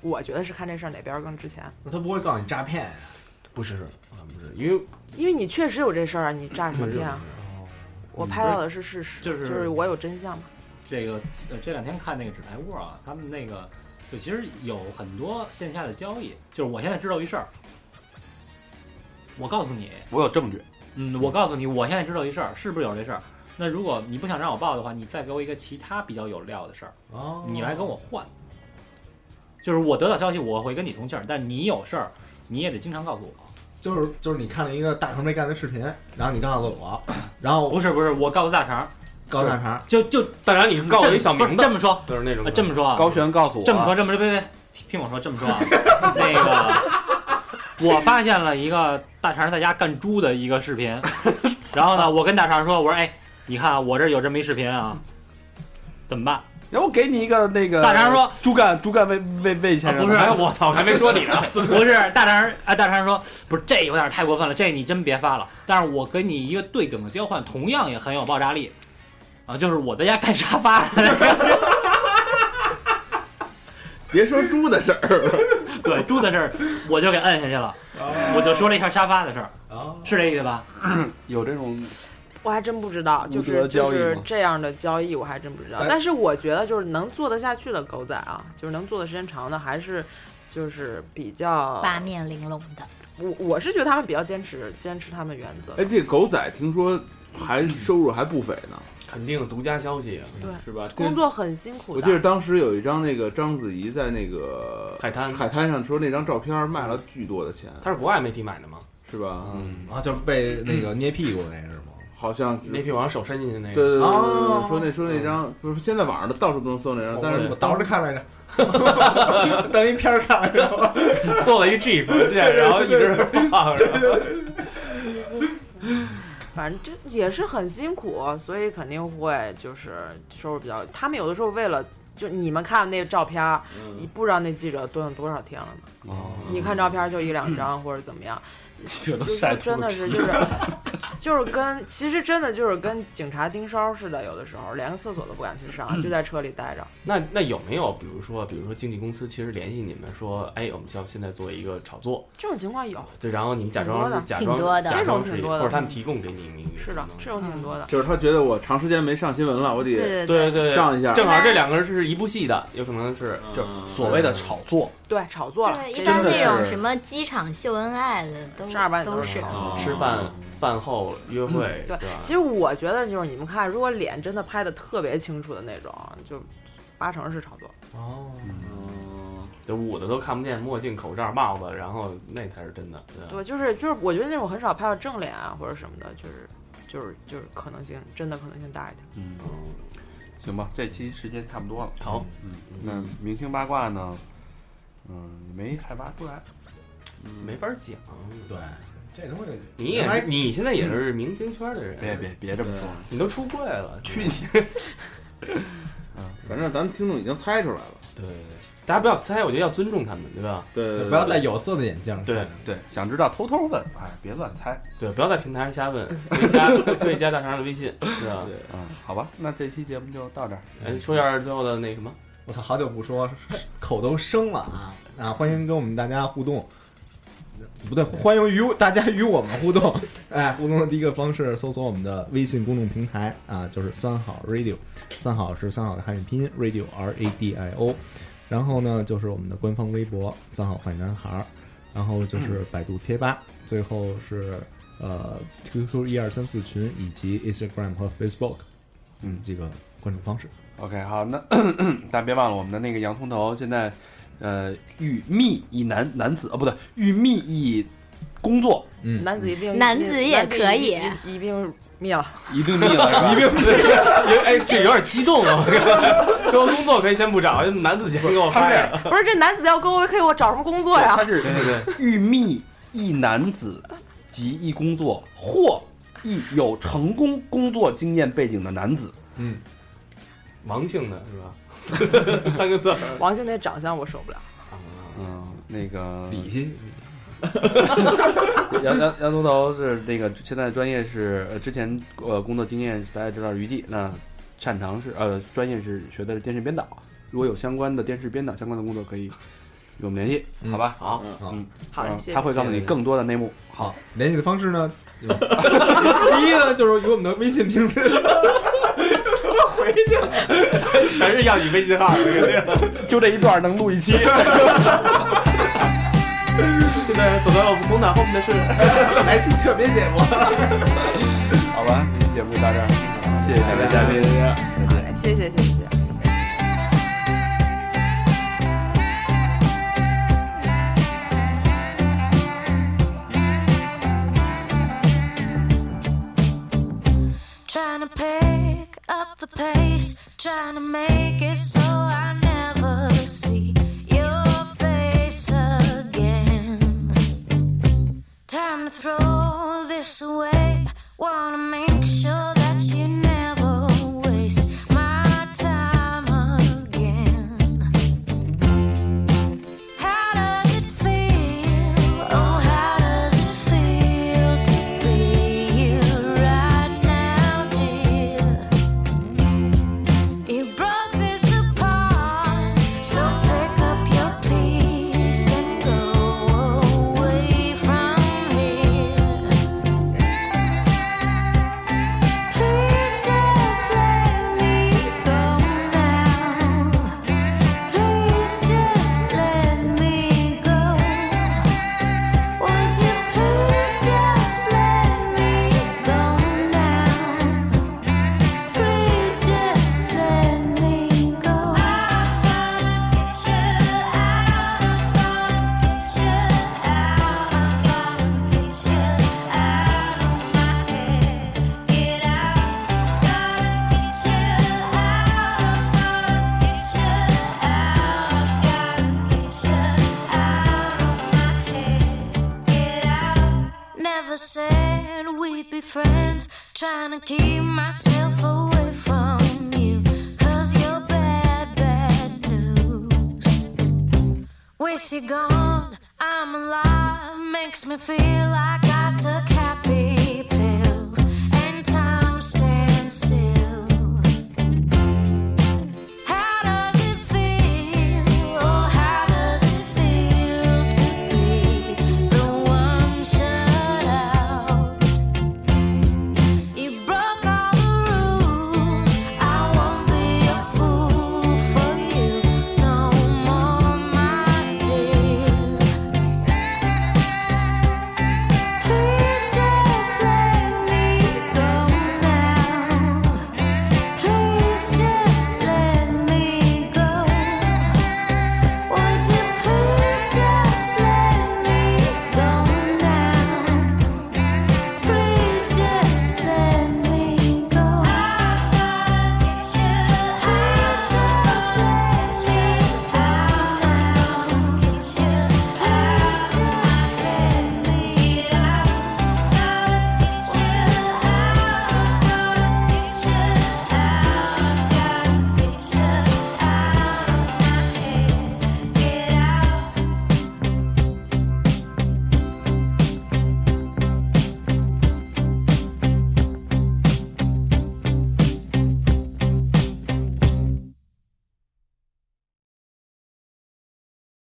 Speaker 8: 我觉得是看这事儿哪边儿更值钱，
Speaker 4: 那他不会告诉你诈骗呀、
Speaker 3: 不是，啊不是，因为
Speaker 8: 因为你确实有这事儿啊，你诈什么骗啊？
Speaker 2: 哦嗯
Speaker 8: 我拍到的是事实，
Speaker 5: 嗯就是
Speaker 8: 就是我有真相嘛。
Speaker 5: 这个呃，这两天看那个纸牌屋啊，他们那个就其实有很多线下的交易，就是我现在知道一事儿，我告诉你，
Speaker 2: 我有证据，
Speaker 5: 嗯，我告诉你，我现在知道一事儿，是不是有这事儿？那如果你不想让我报的话，你再给我一个其他比较有料的事儿，
Speaker 4: 哦，
Speaker 5: 你来跟我换。就是我得到消息，我会跟你同气儿，但你有事儿，你也得经常告诉我。
Speaker 4: 就是就是你看了一个大长没干的视频，然后你告诉 我，然后我
Speaker 5: 不是不是，我告诉大肠，
Speaker 4: 告诉大肠，
Speaker 5: 就就
Speaker 3: 当然你告我一小
Speaker 5: 不是
Speaker 3: 名
Speaker 5: 这
Speaker 3: 字，嗯
Speaker 5: 么说，
Speaker 3: 就是那种
Speaker 5: 呃这么说啊，
Speaker 2: 高璇告诉我，
Speaker 5: 这么说，这么说，别别别，听听我说，这么 说啊，那个，我发现了一个大肠在家干猪的一个视频，然后呢，我跟大肠说，我说，哎，你看啊我这有这么一视频啊，怎么办？
Speaker 2: 然哎后我给你一个那个
Speaker 5: 大肠说，
Speaker 2: 猪肝猪肝魏魏魏先生、
Speaker 5: 啊不是
Speaker 3: 哎我操，我还没说你呢，
Speaker 5: 不是大肠，哎，大肠说，不是，这有点太过分了，这你真别发了。但是我跟你一个对等的交换，同样也很有爆炸力，啊，就是我在家干沙发，
Speaker 6: 别说猪的事儿 了，
Speaker 5: 对猪的事儿，我就给摁下去了，我就说了一下沙发的事儿，
Speaker 4: 哦，
Speaker 5: 是这意思吧？
Speaker 2: 有这种
Speaker 8: 我还真不知道，就
Speaker 2: 无德
Speaker 8: 是
Speaker 2: 交
Speaker 8: 就
Speaker 2: 易吗
Speaker 8: 是这样的交易，我还真不知道
Speaker 4: 哎。
Speaker 8: 但是我觉得，就是能做得下去的狗仔啊，就是能做的时间长的，还是就是比较
Speaker 7: 八面玲珑的，
Speaker 8: 我我是觉得他们比较坚持坚持他们原则。
Speaker 6: 哎，这狗仔听说还收入还不菲呢，
Speaker 3: 肯定独家消息，啊
Speaker 6: 是吧？
Speaker 8: 工作很辛苦
Speaker 6: 我
Speaker 8: 的，
Speaker 6: 记得当时有一张那个章子怡在那个
Speaker 3: 海滩
Speaker 6: 海滩上说那张照片卖了巨多的钱，
Speaker 3: 他是国外媒体买的吗？
Speaker 6: 是吧？
Speaker 3: 嗯，
Speaker 4: 然后就是被那个捏屁股那是吗？
Speaker 6: 好像是
Speaker 3: 那批往手伸进去那
Speaker 6: 对对对对
Speaker 3: 个，
Speaker 6: 对
Speaker 4: 哦
Speaker 6: 说那说那张，不是现在网上都到处都能搜那
Speaker 2: 哦
Speaker 6: 张，但
Speaker 4: 我
Speaker 6: 是
Speaker 4: 我倒着看来着， 当一片儿看来着。
Speaker 3: 做了一 GIF，然后一直放着。
Speaker 8: 反正这也是很辛苦，所以肯定会就是收入比较。他们有的时候为了就你们看那个照片儿，你不知道那记者蹲了多少天了呢？你看照片儿就一两张或者怎么样，
Speaker 9: 这都
Speaker 8: 就是
Speaker 9: 晒秃
Speaker 8: 真的
Speaker 9: 了。
Speaker 8: 是就是 就是跟其实真的就是跟警察盯梢似的，有的时候连个厕所都不敢去上，就在车里待着。
Speaker 3: 那那有没有比如说，比如说经纪公司其实联系你们说，哎，我们要现在做一个炒作，
Speaker 8: 这种情况有，
Speaker 3: 对，然后你们假装是假
Speaker 7: 挺
Speaker 3: 装
Speaker 7: 多的
Speaker 3: 假装是
Speaker 8: 这种挺多的
Speaker 3: 或者他们提供给你们一个嗯
Speaker 8: 是的，这种
Speaker 7: 嗯
Speaker 8: 挺多的。
Speaker 6: 就是他觉得我长时间没上新闻了，我得
Speaker 3: 对
Speaker 7: 对对，
Speaker 3: 对对，
Speaker 6: 上一下。
Speaker 3: 正好这两个人是一部戏的，有可能是
Speaker 6: 就
Speaker 3: 就
Speaker 4: 嗯
Speaker 2: 所谓的炒作，
Speaker 8: 对，炒作了，
Speaker 7: 对，
Speaker 8: 这
Speaker 7: 一般
Speaker 8: 种
Speaker 7: 那种
Speaker 6: 是
Speaker 7: 什么机场秀恩爱的都
Speaker 8: 正儿八经
Speaker 7: 都
Speaker 8: 都是
Speaker 7: 是
Speaker 8: 炒作
Speaker 6: 哦
Speaker 3: 吃饭饭后约会，
Speaker 8: 嗯对
Speaker 3: 吧，
Speaker 8: 其？实我觉得就是你们看，如果脸真的拍的特别清楚的那种，就八成是炒作。
Speaker 4: 哦，
Speaker 6: 嗯
Speaker 3: 就捂的都看不见，墨镜、口罩、帽子，然后那才是真的。吧
Speaker 8: 对，就是就是，我觉得那种很少拍到正脸啊或者什么的，就是就是就是可能性真的可能性大一点。
Speaker 2: 嗯，行吧，这期时间差不多了。
Speaker 3: 好，
Speaker 2: 嗯，那明星八卦呢？嗯，没太挖出来。
Speaker 3: 嗯没法讲。
Speaker 4: 对，这东西
Speaker 3: 你也是，你现在也是明星圈的
Speaker 2: 嗯
Speaker 3: 人，
Speaker 2: 别别别这么说，
Speaker 3: 你都出柜了，去你！
Speaker 6: 反正咱们听众已经猜出来了，
Speaker 3: 对，大家不要猜，我觉得要尊重他们，对吧？
Speaker 6: 对，
Speaker 4: 不要戴有色的眼镜。
Speaker 3: 对
Speaker 2: 呃对，想知道偷偷问，哎，别乱猜。
Speaker 3: 对，不要在平台上瞎问，可以加可以加大肠的微信，对吧？
Speaker 2: 嗯，好吧，那这期节目就到这儿。
Speaker 3: 哎，说一下最后的那什么，
Speaker 4: 我操，好久不说，口都生了啊啊！欢迎跟我们大家互动，不对，欢迎与我大家与我们互动。哎，互动的第一个方式，搜索我们的微信公众平台啊，就是三好 radio，三好是三好的汉语拼音 radio r a d i o，然后呢就是我们的官方微博三好坏男孩儿，然后就是百度贴吧，最后是呃 QQ 一二三四群以及 Instagram 和 Facebook，嗯，这个关注方式。
Speaker 2: OK，好，那大家别忘了我们的那个洋葱头现在呃，欲觅一男男子，哦，不对，欲觅一工作，
Speaker 4: 嗯，
Speaker 8: 男子一并
Speaker 7: 男子也可以
Speaker 8: 男子一并一并灭了。
Speaker 2: 一定腻了是吧？
Speaker 3: 一并对，因为哎，这有点激动啊！ 说工作可以先不找，男子先给我发呀。
Speaker 8: 不是这男子要跟我可以，我找什么工作呀？
Speaker 2: 他是欲觅一男子及一工作或一有成功工作经验背景的男子，
Speaker 3: 王姓的是吧？ 三个字儿
Speaker 8: 王静那长相我受不了，
Speaker 2: 嗯，那个
Speaker 4: 理性
Speaker 2: 杨杨杨宗头是那个现在专业是呃之前呃工作经验大家知道是娱记，那擅长是呃专业是学的是电视编导，如果有相关的电视编导相关的工作可以与我们联系，
Speaker 4: 嗯
Speaker 2: 好吧？
Speaker 3: 好，
Speaker 8: 好，
Speaker 2: 嗯
Speaker 8: 谢谢
Speaker 2: 他。会告诉你更多的内幕。好，
Speaker 4: 联系的方式呢？ 有第一呢，就是与我们的微信平台，
Speaker 3: 全是要你微信号的那个。
Speaker 2: 就这一段能录一期。
Speaker 3: 现在走到了我们工党后面的是。
Speaker 4: 来期特别节目。
Speaker 2: 好吧，这期节目就到这儿，谢谢两位嘉宾，再见。
Speaker 8: 谢谢谢谢谢谢。
Speaker 10: Trying to pick up the pace, trying to make it so I never see your face again. Time to throw this away. Wanna make sure that you never waste my time again. How does it feel? Oh, how does it feel to be you right now, dear? You broke this apart, so pick up your piece and go away from here. Please just let me go now. Please just let me go. Would you please just let me go now? Please just let me go. I'm gonna get you out. I'm gonna get you out. I'm gonna get you out of my head. Get out. Gonna get you out. I'm gonna get you out. Gotta get you out of my head. Get out. Never said we'd be friends. Trying to keep myself away from you. Cause you're bad, bad news. With you gone, I'm alive. Makes me feel like I took Oh,